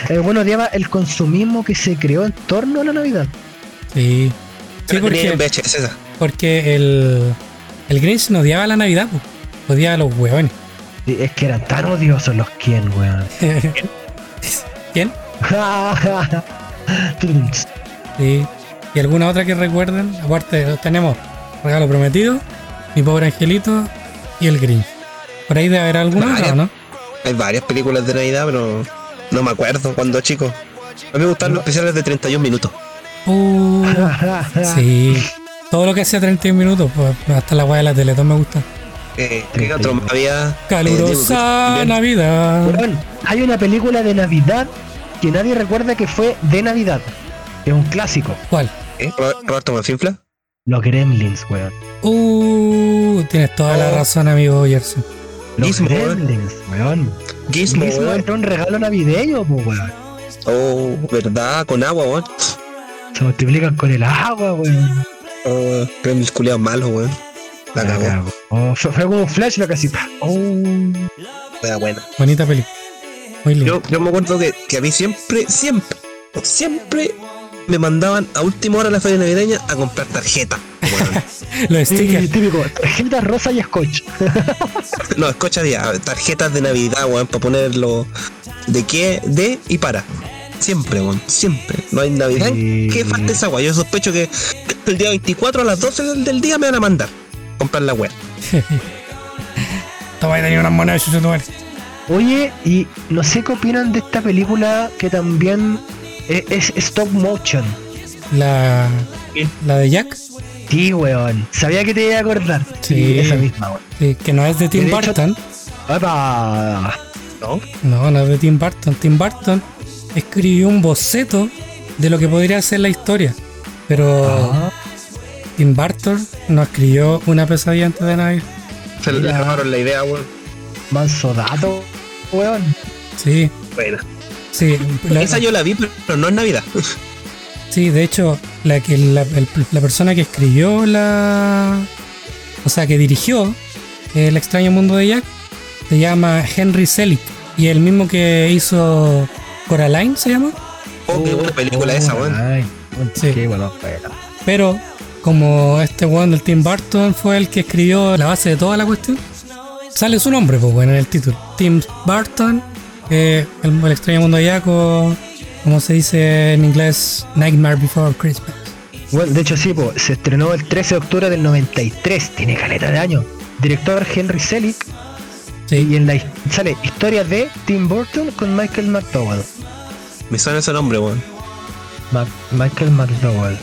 E: El bueno odiaba el consumismo que se creó en torno a la Navidad.
D: Sí. Sí,
C: La tenía
D: porque
C: en VHS esa.
D: Porque el, el Grinch no odiaba la Navidad, po. odiaba a los hueones.
E: Y Es que eran tan odiosos los quien, weón.
D: ¿Quién? Sí. ¿Y alguna otra que recuerden? Aparte, tenemos Regalo Prometido, Mi Pobre Angelito y el Grinch. Por ahí debe haber alguna otra,
C: Varias.
D: ¿no?
C: Hay varias películas de Navidad, pero no me acuerdo cuando chico. A mí me gustaban los especiales de 31 minutos.
D: Uh, sí. Todo lo que hacía 31 minutos, pues, hasta la hueá de la Teletón me gusta.
C: Eh, ¿Qué otro más había?
D: Calurosa
C: Eh,
D: Navidad.
E: Weón, hay una película de Navidad que nadie recuerda que fue de Navidad. Es un clásico.
D: ¿Cuál?
C: ¿Eh? ¿Roberto Manfifla?
E: Los Gremlins, weón.
D: Uh, tienes toda la razón, amigo Gerson.
E: Los
C: Gizmo, weón.
E: Gremlins, weón.
C: Gizmo,
E: Gizmo
C: weón.
E: era un regalo navideño, po, weón.
C: Oh, verdad, con agua, weón.
E: Se multiplican con el agua, weón.
C: Oh, gremlins culiados malos, weón. La
E: La
C: cagó.
E: cago. Oh, fue, fue como un flashback casi. pa. Oh.
C: La buena.
D: Bonita película. Muy linda.
C: Yo, yo me acuerdo que, que a mí siempre, siempre, siempre me mandaban a última hora a la feria navideña a comprar tarjeta. weón.
D: Los
E: Sí,
D: stickers.
E: típico. Tarjeta rosa y scotch.
C: no, escucha día, tarjetas de Navidad, weón, para ponerlo de qué, de y para. Siempre, weón, siempre. No hay Navidad en
E: Sí.
C: que falte esa weá. Yo sospecho que el día 24 a las 12 del- del día me van a mandar a comprar la weá.
D: Toma, ahí tenía unas monedas de chuchu
E: Oye, y no sé qué opinan de esta película que también e- es, stop motion.
D: La. La de Jack.
E: Sí, weón. Sabía que te iba a acordar.
D: Sí.
E: esa misma, weón.
D: eh, que no es de Tim
E: De hecho-
D: Burton.
E: ¡Opa!
C: ¿No?
D: No, no es de Tim Burton. Tim Burton escribió un boceto de lo que podría ser la historia. Pero Tim Burton no escribió una pesadilla antes de Navidad.
C: Se le
E: Mira.
C: acabaron la idea, weón.
E: Manso dato, weón.
D: Sí,
C: Buena.
D: sí. la-
C: Esa yo la vi, pero, pero no es Navidad.
D: Sí, de hecho, la, que, la, el- la persona que escribió la. O sea, que dirigió El extraño mundo de Jack se llama Henry Selick. Y el mismo que hizo Coraline se llama.
C: Oh, qué buena película esa, weón.
E: Ay,
D: Sí.
E: qué bueno, weón.
D: Pero como este weón del Tim Burton fue el que escribió la base de toda la cuestión, sale su nombre, pues bueno, en el título. Tim Burton, eh, el, el extraño mundo de Jack, o como se dice en inglés, Nightmare Before Christmas.
E: Bueno, de hecho sí, po, se estrenó el 13 de octubre del 93, tiene caleta de año. Director Henry Selick y
D: Sí,
E: en la his- sale historia de Tim Burton con Michael McDowell. oh.
C: Me suena ese nombre, weón.
E: Ma- Michael McDowell.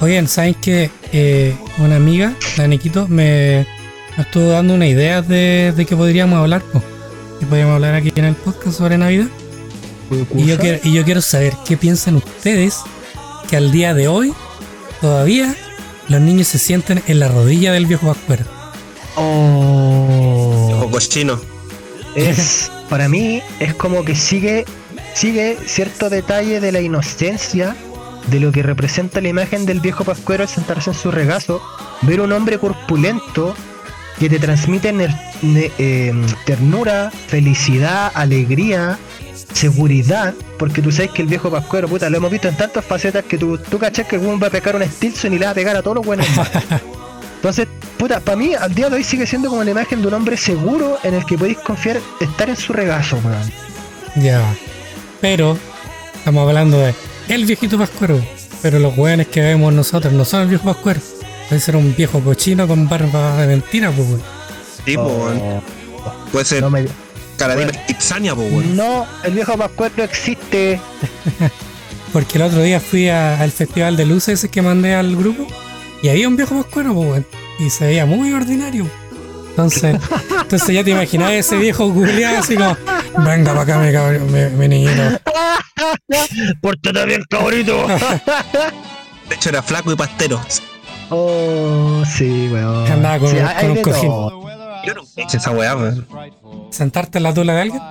D: oigan, ¿saben que Eh, una amiga, la Nequito, me, me estuvo dando una idea de, de que podríamos hablar, pues? Que podríamos hablar aquí en el podcast sobre Navidad. Y yo, quiero, y yo quiero saber qué piensan ustedes que al día de hoy todavía los niños se sienten en la rodilla del viejo Pascuero.
E: Oh,
C: O cochino.
E: es para mí es como que sigue sigue cierto detalle de la inocencia de lo que representa la imagen del viejo pascuero al sentarse en su regazo, ver un hombre corpulento que te transmite ner- ne- eh, ternura, felicidad, alegría, seguridad, porque tú sabes que el viejo pascuero, puta, lo hemos visto en tantas facetas que tú, tú cachas que el weón va a pegar un Stilson y le va a pegar a todos los buenos. Entonces, puta, para mí al día de hoy sigue siendo como la imagen de un hombre seguro en el que podéis confiar estar en su regazo, weón.
D: Ya. Pero estamos hablando de el viejito Pascuero. Pero los weones que vemos nosotros no son el viejo Pascuero. Puede ser un viejo cochino con barba de mentira, pues. weón.
C: Tipo, weón. Puede ser
E: Oh. No, me-
C: Caradima Kitsania, po, weón.
E: no, el viejo Pascuero existe.
D: Porque el otro día fui a- al festival de luces ese que mandé al grupo y había un viejo pascuero, pues, weón, y se veía muy ordinario. Entonces, entonces ya te imaginás ese viejo culiado así como, venga para acá, mi, cabrón, mi, mi niñito.
E: Pórtate bien, cabrito.
C: De hecho, era flaco y pastero.
E: oh, sí, weón.
D: Andaba con-
E: Sí,
D: con
E: hay
D: un
E: de
D: cojín.
E: todo.
C: Yo no cacho esa weá, weón.
D: Sentarte en la tula de alguien.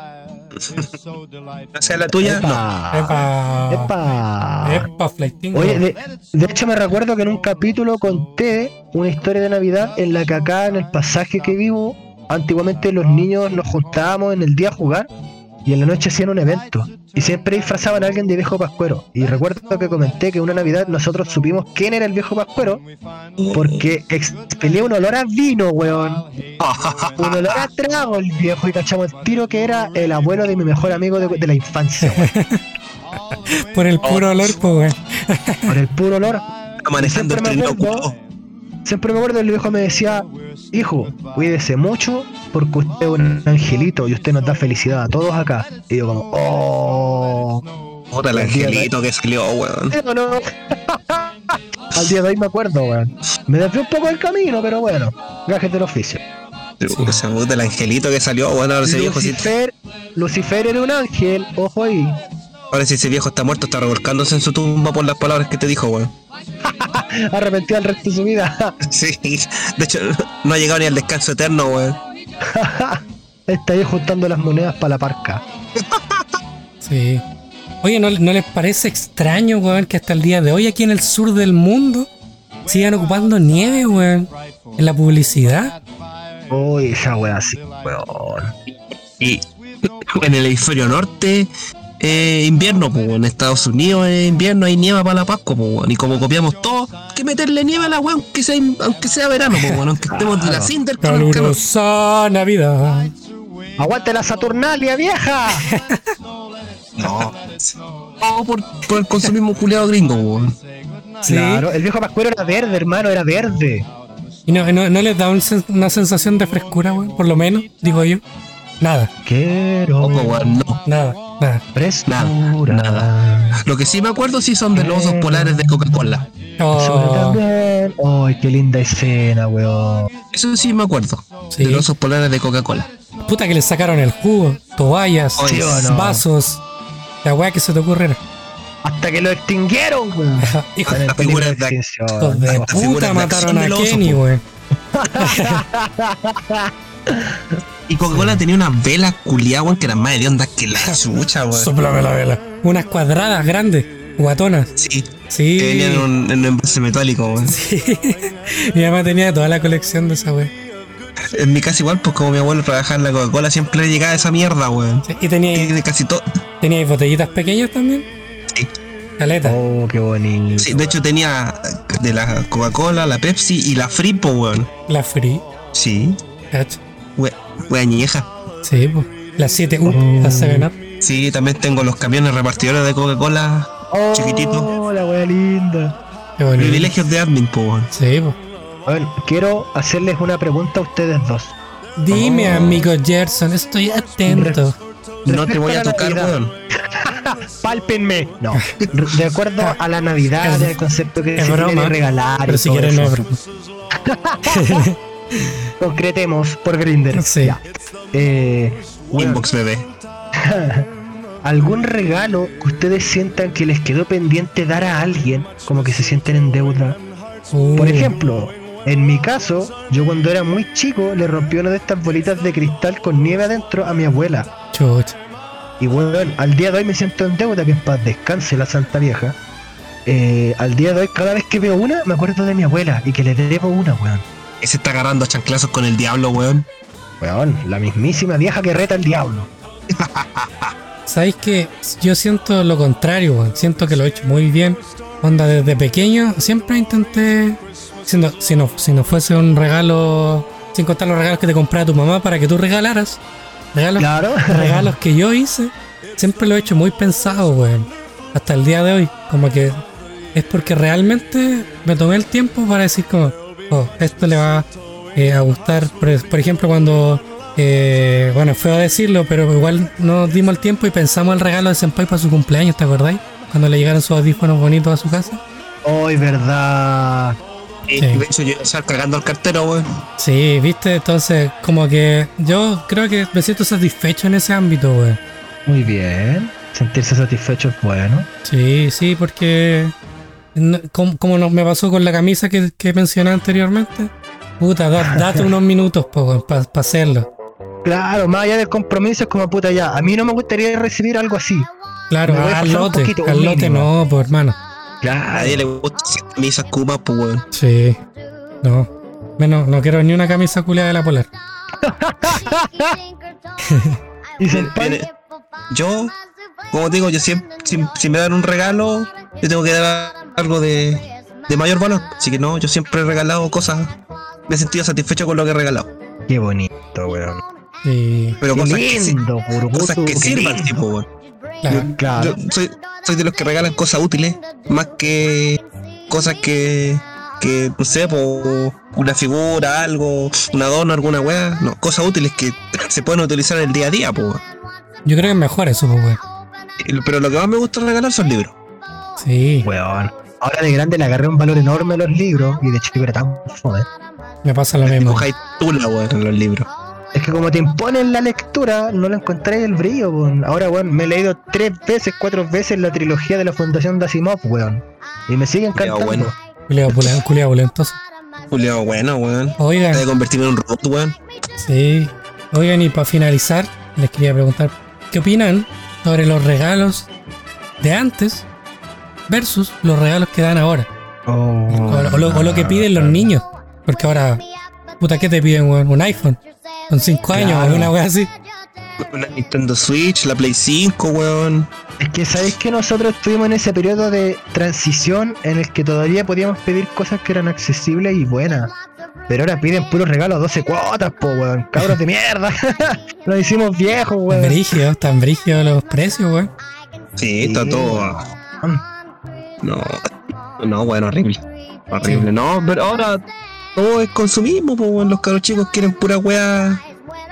C: No sea la tuya, no.
E: Epa.
D: Epa. Epa.
E: Epa.
D: Epa, flaitingo.
E: Oye, de, de hecho me recuerdo que en un capítulo conté una historia de Navidad en la que acá en el pasaje que vivo, antiguamente los niños nos juntábamos en el día a jugar y en la noche hacían un evento. Y siempre disfrazaban a alguien de viejo pascuero. Y recuerdo que comenté que una Navidad nosotros supimos quién era el viejo pascuero porque expelía un olor a vino, weón. Un olor a trago el viejo y cachamos el tiro que era el abuelo de mi mejor amigo de, de la infancia, weón.
D: Por el puro olor, pues, weón.
E: Por el puro olor.
C: Manejando
E: Siempre
C: el
E: me
C: trinóculo.
E: Siempre me acuerdo el viejo me decía, hijo, cuídese mucho porque usted es un angelito y usted nos da felicidad a todos acá. Y yo como, oh,
C: Puta, el angelito que salió, weón.
E: ¿sí o no? Al día de hoy me acuerdo, weón. Me desvió un poco el camino, pero bueno, gajes del oficio.
C: O sea, puta, el angelito que salió, weón. Ahora ese viejo, sí-
E: Lucifer, Lucifer era un ángel, ojo ahí.
C: ahora si ese viejo está muerto, está revolcándose en su tumba por las palabras que te dijo, weón.
E: Arrepentido el resto de su vida.
C: Sí, de hecho, no ha llegado ni al descanso eterno, weón.
E: Está ahí juntando las monedas para la parca.
D: Sí. Oye, ¿no, ¿no les parece extraño, weón, que hasta el día de hoy aquí en el sur del mundo sigan ocupando nieve, weón, en la publicidad?
E: Uy, esa wea así, weón.
C: Y en el hemisferio norte, eh, invierno, pues, en Estados Unidos es invierno, hay nieve para la Pascua, pues, weón. y como copiamos todo, hay que meterle nieve a la weá, aunque sea, aunque sea verano, pues, weón, aunque estemos de la cinder, con el calor.
D: Calurosa Navidad.
E: ¡Aguante la Saturnalia, vieja!
C: No, no por, por el consumismo culiado gringo, weón.
D: Sí.
E: Claro, el viejo Pascuero era verde, hermano, era verde.
D: ¿Y no, no, no les da un sen- una sensación de frescura, weón? Por lo menos, digo yo. Nada,
E: Quiero
C: Poco, weón, no.
D: nada, nada.
E: frescura.
C: Lo que sí me acuerdo sí son de los osos polares de Coca-Cola.
E: Eso
D: Oh,
E: también. Ay, qué linda escena, weón.
C: Eso sí me acuerdo.
D: Sí.
C: De los osos polares de Coca-Cola.
D: puta que le sacaron el jugo, toallas,
C: Oye,
E: ¿sí o no?
D: vasos, la weá que se te ocurriera.
E: Hasta que lo extinguieron, weón.
D: Hijo
E: Con el
C: Las
E: peligro de
C: figuras de-
E: extinción.
D: de
E: No,
C: estas figuras
D: puta
C: de acción
D: mataron a
C: del oso,
D: Kenny,
C: po.
D: weón.
C: Y Coca-Cola tenía unas velas culiadas, weón, que eran más hediondas que la chucha, weón.
D: Sóplame la vela. Unas cuadradas grandes, guatonas.
C: Sí,
D: Sí.
C: que venían en un, en un envase metálico, weón.
D: Sí. Mi mamá tenía toda la colección de esa weá.
C: En mi casa igual, pues como mi abuelo trabajaba en la Coca-Cola, siempre le llegaba esa mierda, weón.
D: Y tenía,
C: Y casi todo.
D: tenía botellitas pequeñas también.
C: Sí.
D: Caleta.
E: Oh, qué bonito.
C: Sí, de hecho tenía de la Coca-Cola, la Pepsi y la Fripo, weón.
D: La free.
C: Sí,
D: cacho.
C: we- weón, ñeja.
D: Sí, po. La 7 U, la 7 Up.
C: Sí, también tengo los camiones repartidores de Coca-Cola.
E: Oh,
C: Chiquitito.
E: la wea linda.
D: Qué bonito.
C: Privilegios de admin, po, weón.
D: Sí, po.
E: Bueno, quiero hacerles una pregunta a ustedes dos.
D: Dime,
E: Oh.
D: amigo Gerson, estoy atento.
C: No te voy a
E: Respecto a la
C: tocar,
E: Navidad.
C: weón.
E: Pálpenme. No. re- De acuerdo a la Navidad,
D: Es-
E: al concepto que
D: es
E: se
D: broma,
E: tiene de regalar. y
D: Pero si
E: todo
D: quieres,
E: eso.
D: no es broma.
E: Concretemos por Grinder.
D: Sí.
E: Eh, bueno,
C: Inbox, bebé.
E: ¿Algún regalo que ustedes sientan que les quedó pendiente dar a alguien? Como que se sienten en deuda.
D: Uh,
E: Por ejemplo, en mi caso, yo cuando era muy chico le rompí una de estas bolitas de cristal con nieve adentro a mi abuela.
D: chucha.
E: Y bueno, al día de hoy me siento en deuda, que en paz descanse la santa vieja. Eh, al día de hoy, cada vez que veo una, me acuerdo de mi abuela y que le debo una, weón.
C: Ese está agarrando a chanclazos con el diablo, weón.
E: Weón, la mismísima vieja que reta al diablo.
D: ¿Sabéis que yo siento lo contrario, weón? Siento que lo he hecho muy bien. Onda, desde pequeño siempre intenté. Si no, si no, si no fuese un regalo. Sin contar los regalos que te compraba tu mamá para que tú regalaras. Regalos,
E: Claro.
D: regalos que yo hice. Siempre lo he hecho muy pensado, weón. Hasta el día de hoy. Como que. Es porque realmente me tomé el tiempo para decir, como. Oh, esto le va eh, a gustar. Por, por ejemplo, cuando, eh, bueno, fue a decirlo, pero igual nos dimos el tiempo y pensamos el regalo de Senpai para su cumpleaños, ¿te acordáis? Cuando le llegaron sus audífonos bonitos a su casa.
E: Hoy, verdad.
C: Eh,
D: Sí.
C: De hecho, yo estaba cagando al cartero, weón.
D: Sí, viste, entonces como que yo creo que me siento satisfecho en ese ámbito, güey.
E: Muy bien. Sentirse satisfecho es bueno.
D: Sí, sí, porque no- como, como no- me pasó con la camisa que, que mencioné anteriormente. Puta, da- date unos minutos, para hacerlo.
E: Claro, más allá del compromiso es como puta ya. A mí no me gustaría recibir algo así.
D: Claro,
E: Me voy a pasar
D: al
E: un
D: lote,
E: poquito, un
D: al lote
E: mínimo.
D: no, pues hermano.
C: A
E: Claro.
C: nadie le gusta esas misas Kuma, pues, weón.
D: Sí. No. Menos, no quiero ni una camisa culia de la polar.
E: Y senpai,
C: Viene- Yo, como te digo, yo siempre, si, si me dan un regalo, yo tengo que dar algo de, de mayor valor. Así que no, yo siempre he regalado cosas. Me he sentido satisfecho con lo que he regalado.
E: qué bonito, weón.
D: Sí.
C: Pero
E: Qué
C: cosas que, sí-
E: lindo, por
C: cosas que
E: gusto,
C: sirvan,
E: lindo.
C: tipo, weón.
D: Claro.
E: Claro.
C: Yo soy, soy de los que regalan cosas útiles, más que cosas que, que no sé, po, una figura, algo, una dona, alguna weá. No, cosas útiles que se pueden utilizar en el día a día, po. weón.
D: Yo creo que es mejor eso, pues, weón.
C: El- Pero lo que más me gusta regalar son libros.
D: Sí.
E: Weón. Ahora de grande le agarré un valor enorme a los libros y de chico era tan fome.
D: Me pasa lo mismo.
C: Cojáis tú la weá en los libros.
E: Es que como te imponen la lectura, no le encontré el brillo, weón. Ahora, weón, me he leído tres veces, cuatro veces la trilogía de la Fundación de Asimov, weón. Y me sigue
C: Culeado
E: encantando.
C: bueno.
D: Culiao pule- culiao pulentoso.
C: Julio, bueno, weón.
E: Ah.
C: Te
D: Oigan,
C: de convertirme en un robot, weón.
D: sí. Oigan, y para finalizar, les quería preguntar, ¿qué opinan sobre los regalos de antes versus los regalos que dan ahora.
E: Oh,
D: O, o lo, o lo que piden los niños. Porque ahora, puta, ¿qué te piden, weón? Un iPhone. Con 5 años,
C: Claro.
D: alguna wea así.
C: La Nintendo Switch, la Play 5, weón.
E: Es que sabéis que nosotros estuvimos en ese periodo de transición en el que todavía podíamos pedir cosas que eran accesibles y buenas. Pero ahora piden puros regalos a 12 cuotas, po, weón. Cabros de mierda. Nos hicimos viejos,
D: Tan
E: weón.
D: brígidos, tan brígidos los precios, weón.
C: Sí, está
E: Sí.
C: todo. a- No, no, bueno, horrible. Horrible, no, pero ahora todo es consumismo, pues, weón. Los caros chicos quieren pura weá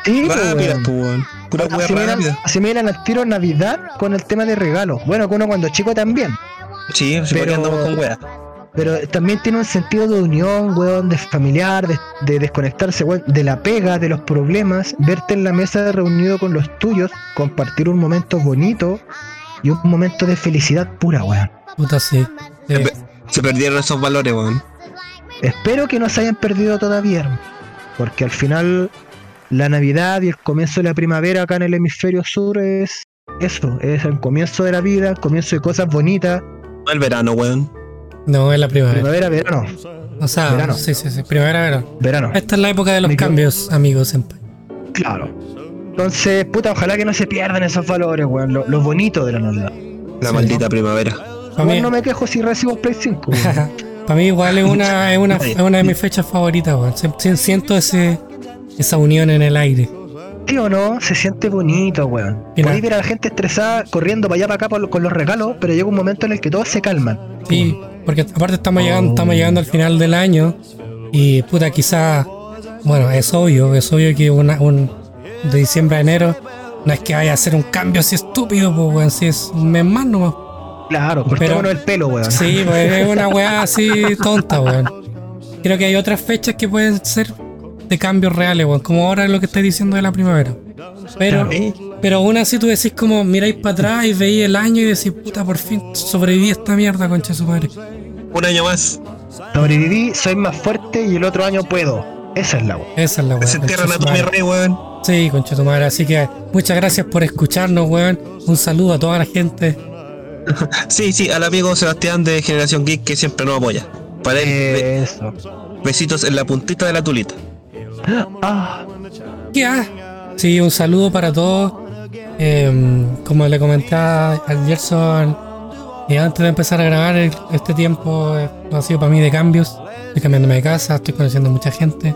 E: Sí, po,
C: rápida,
E: weón.
C: pues, weón. Pura weá
E: Asimilan,
C: rápida.
E: asimilan al tiro Navidad con el tema de regalos. Bueno, que uno cuando es chico también.
C: Sí, sí,
E: Pero-
C: porque andamos con weá.
E: Pero también tiene un sentido de unión, weón, de familiar, de, de desconectarse, weón, de la pega, de los problemas, verte en la mesa reunido con los tuyos, compartir un momento bonito y un momento de felicidad pura, weón.
D: Puta, sí. Sí.
C: Eh, Se perdieron esos valores, weón.
E: Espero que no se hayan perdido todavía, hermano, porque al final la Navidad y el comienzo de la primavera acá en el hemisferio sur es eso, es el comienzo de la vida, el comienzo de cosas bonitas,
C: No el verano, weón.
D: No, es la primavera.
E: primavera, verano,
D: O sea,
E: verano.
D: sí, sí, sí. Primavera, verano.
E: verano.
D: Esta es la época de los
E: Me quedo-
D: cambios, amigos. senpai.
E: Claro. Entonces, puta, ojalá que no se pierdan esos valores, weón. Lo, lo bonito de la Navidad.
C: La maldita primavera.
D: Para mí,
E: Igual no me quejo si recibo Play 5. weón.
D: pa' mí igual es una, es una, es una de mis fechas favoritas, weón. Sie- sie- Siento ese, esa unión en el aire.
E: ¿Sí o no? Se siente bonito, weón.
D: Mira.
E: Podéis ver a la gente estresada corriendo para allá para acá por- con los regalos, pero llega un momento en el que todos se calman.
D: Sí, porque aparte estamos llegando, estamos llegando al final del año y puta quizá, bueno, es obvio, es obvio que una, un de diciembre a enero no es que vaya a ser un cambio así estúpido, pues weón, si es un mes más nomás.
E: Claro, cortémonos el pelo, weón.
D: Sí, pues es una weá así tonta, weón. Creo que hay otras fechas que pueden ser de cambios reales, weón, como ahora lo que estoy diciendo de la primavera. Pero,
C: Eh,
D: pero aún así tú decís como miráis para atrás y veis el año y decís, puta, por fin sobreviví a esta mierda, concha de su madre.
C: un año más.
E: Sobreviví, soy más fuerte y el otro año puedo. Esa es la weón.
D: Esa es la weá.
C: Se entierran
D: concha
C: a
D: su
C: tu
D: madre.
C: rey, weón.
D: Sí, concha tu madre. Así que muchas gracias por escucharnos, weón. Un saludo a toda la gente.
C: Sí, sí, al amigo Sebastián de Generación Geek que siempre nos apoya. Para él, be-
E: Eso.
C: besitos en la puntita de la tulita.
E: Ah,
D: Ya. Sí, un saludo para todos. Eh, como le comentaba al Gerson, eh, antes de empezar a grabar el- este tiempo eh, ha sido para mí de cambios. Estoy cambiándome de casa, estoy conociendo mucha gente,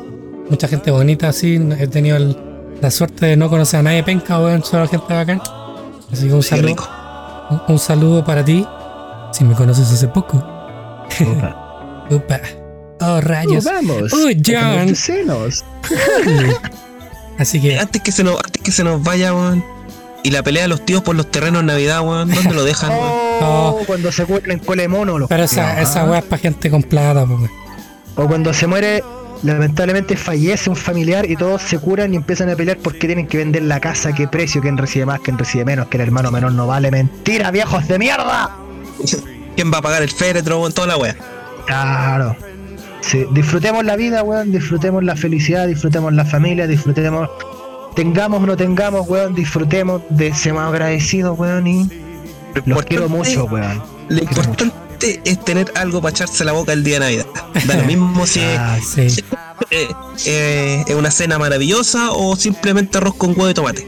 D: mucha gente bonita, sí. He tenido el- la suerte de no conocer a nadie penca, weón, solo gente bacán. Así que un
C: Qué
D: saludo.
C: rico.
D: Un, un saludo para ti, si me conoces hace poco. Upa. Oh, rayos.
E: vamos.
D: Oh,
E: Con
D: John.
E: tus senos.
D: Así que,
C: Antes que se nos, antes que se nos vaya, weón. Y la pelea de los tíos por los terrenos en Navidad, weón. ¿Dónde lo dejan, weón?
E: Oh, cuando se cuelgan en cole mono los
D: pero esa,
E: culiados. ¿ah?
D: esa weá es para gente con plata, pues, weón.
E: O cuando se muere, lamentablemente fallece un familiar y todos se curan y empiezan a pelear porque tienen que vender la casa, qué precio, quién recibe más, quién recibe menos, que el hermano menor no vale. ¡Mentira, viejos de mierda!
C: ¿Quién va a pagar el féretro, weón? Toda la weá.
E: Claro. Sí, disfrutemos la vida, weón, disfrutemos la felicidad, disfrutemos la familia, disfrutemos, tengamos o no tengamos, weón, disfrutemos, de, seamos agradecidos, weón, y los quiero mucho, weón.
C: Lo importante es tener algo para echarse la boca el día de Navidad. Da lo mismo si es,
E: Ah,
D: Sí.
C: eh, eh, es una cena maravillosa o simplemente arroz con huevo y tomate.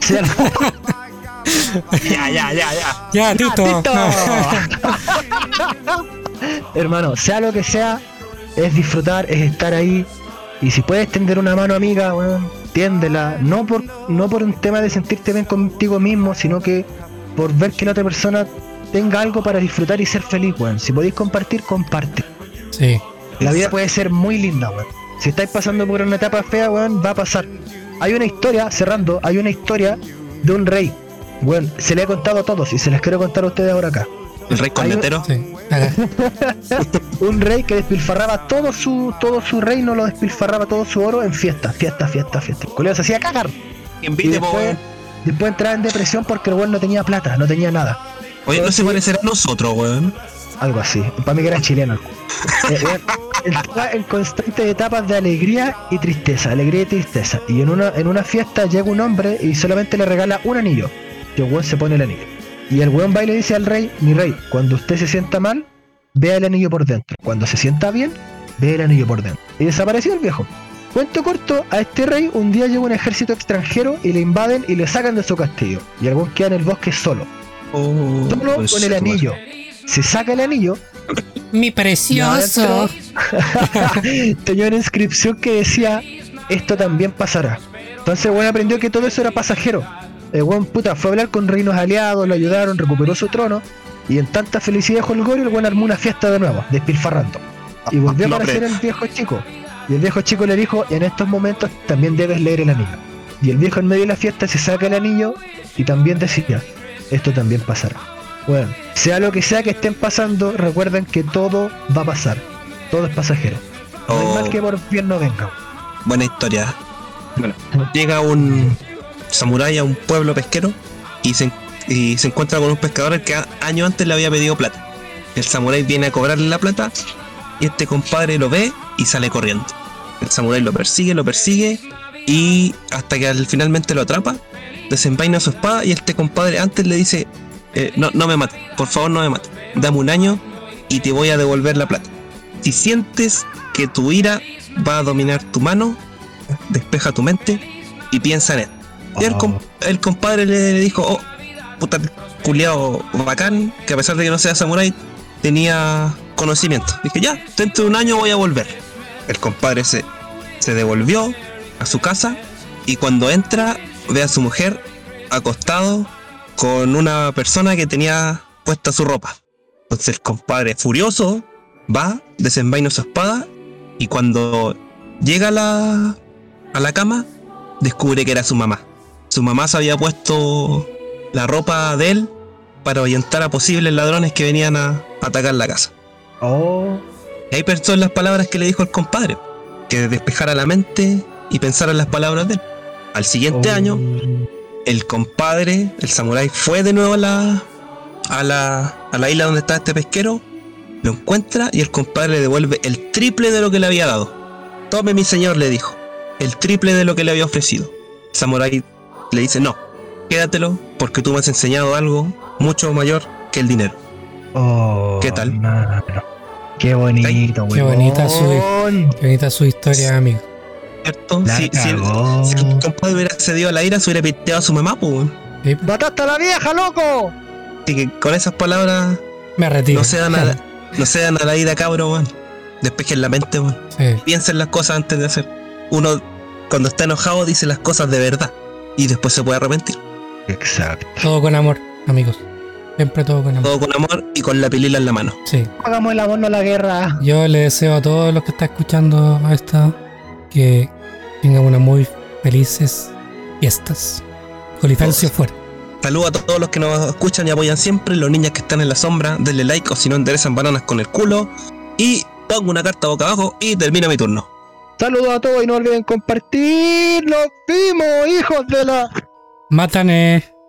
E: sí, Ah,
C: Ya, ya, ya, ya.
D: Ya, Ah. Tito.
E: Hermano, sea lo que sea, es disfrutar, es estar ahí. Y si puedes tender una mano amiga, weón, tiéndela. No por, no por un tema de sentirte bien contigo mismo, sino que por ver que la otra persona tenga algo para disfrutar y ser feliz, weón. Si podéis compartir, comparte.
D: Sí.
E: La vida puede ser muy linda, weón. Si estáis pasando por una etapa fea, weón, va a pasar. Hay una historia, cerrando, hay una historia de un rey. Weón, se le he contado a todos y se las quiero contar a ustedes ahora acá.
C: El rey cornetero.
D: Sí. Acá.
E: un rey que despilfarraba todo su todo su reino, lo despilfarraba todo su oro en fiestas, fiestas, fiestas, fiestas. El culiao se hacía cagar. Y
C: Envite, po,
E: después,
C: weón.
E: después entraba en depresión porque el weón no tenía plata, no tenía nada.
C: Oye, no se parecerá a nosotros, weón.
E: Algo así. Para mí que era chileno. Eh, eh, Entraba en constantes etapas de alegría y tristeza, alegría y tristeza. Y en una, en una fiesta llega un hombre y solamente le regala un anillo. Y el weón se pone el anillo. Y el weón va y le dice al rey, mi rey, cuando usted se sienta mal, vea el anillo por dentro. Cuando se sienta bien, vea el anillo por dentro. Y desapareció el viejo. Cuento corto, a este rey un día llega un ejército extranjero y le invaden y le sacan de su castillo. Y el weón queda en el bosque solo.
C: Oh,
E: Solo
C: pues,
E: con el anillo. Se saca el anillo
D: Mi
E: Y ahora
D: precioso.
E: entró- tenía una inscripción que decía, esto también pasará. Entonces el weón aprendió que todo eso era pasajero. El weón puta fue a hablar con reinos aliados, lo ayudaron, recuperó su trono. Y en tanta felicidad y holgorio, el weón armó una fiesta de nuevo, despilfarrando. Y volvió
C: No,
E: a aparecer
C: hombre.
E: el viejo chico. Y el viejo chico le dijo, en estos momentos también debes leer el anillo. Y el viejo en medio de la fiesta se saca el anillo y también decía, esto también pasará. Bueno, sea lo que sea que estén pasando, recuerden que todo va a pasar. Todo es pasajero. No hay
C: Oh.
E: mal que por bien no venga.
C: Buena historia. Bueno, llega un samurái a un pueblo pesquero y se, y se encuentra con un pescador al que a- años antes le había pedido plata. El samurái viene a cobrarle la plata y este compadre lo ve y sale corriendo. El samurái lo persigue, lo persigue y hasta que al- finalmente lo atrapa, desenvaina su espada y este compadre antes le dice, eh, no, no me mates, por favor no me mates, dame un año y te voy a devolver la plata. Si sientes que tu ira va a dominar tu mano, despeja tu mente y piensa en él. Y el, com- el compadre le, le dijo, oh, puta culiao bacán, que a pesar de que no sea samurái, tenía conocimiento. Dije, ya, dentro de un año voy a volver. El compadre se, se devolvió a su casa y cuando entra ve a su mujer acostado con una persona que tenía puesta su ropa. Entonces el compadre furioso va, desenvaina su espada y cuando llega a la, a la cama, descubre que era su mamá. Su mamá se había puesto la ropa de él para orientar a posibles ladrones que venían a atacar la casa.
E: Oh,
C: Y ahí pensó en las palabras que le dijo el compadre, que despejara la mente y pensara en las palabras de él. Al siguiente
E: oh.
C: Este año, el compadre, el samurái, fue de nuevo a la, a la, a la isla donde estaba este pesquero, lo encuentra y el compadre le devuelve el triple de lo que le había dado. Tome mi señor, le dijo, el triple de lo que le había ofrecido. El samurái le dice, no, quédatelo porque tú me has enseñado algo mucho mayor que el dinero.
E: Oh,
C: ¿Qué tal?
E: hermano. Qué bonito,
D: Qué bonita su-
E: weón.
D: Qué bonita su historia, amigo.
C: ¿Cierto?
E: La
C: Si, si el,
E: cagó.
C: si el compadre hubiera cedido a la ira, se hubiera piteado a su mamá, pues. weón.
D: Sí,
E: ¡Mataste a la vieja, loco!
C: Así que con esas palabras,
D: Me retiro.
C: no cedan a la, no cedan a la ira, cabrón, weón. Despejen la mente, weón.
D: Sí.
C: piensen las cosas antes de hacer. Uno, cuando está enojado, dice las cosas de verdad y después se puede arrepentir.
E: Exacto.
D: Todo con amor, amigos. Siempre todo con amor.
C: Todo con amor y con la pilila en la mano.
D: Sí.
E: Hagamos el amor, no la guerra.
D: Yo le deseo a todos los que están escuchando esto que tengan unas muy felices fiestas. Colifancio
C: Todos.
D: fuera.
C: Saludo a to- todos los que nos escuchan y apoyan siempre, los niños que están en la sombra, denle like o si no enderezan bananas con el culo. Y pongo una carta boca abajo y termina mi turno.
E: Saludos a todos y no olviden compartir. ¡Nos vimos, hijos de la...
D: Mátane.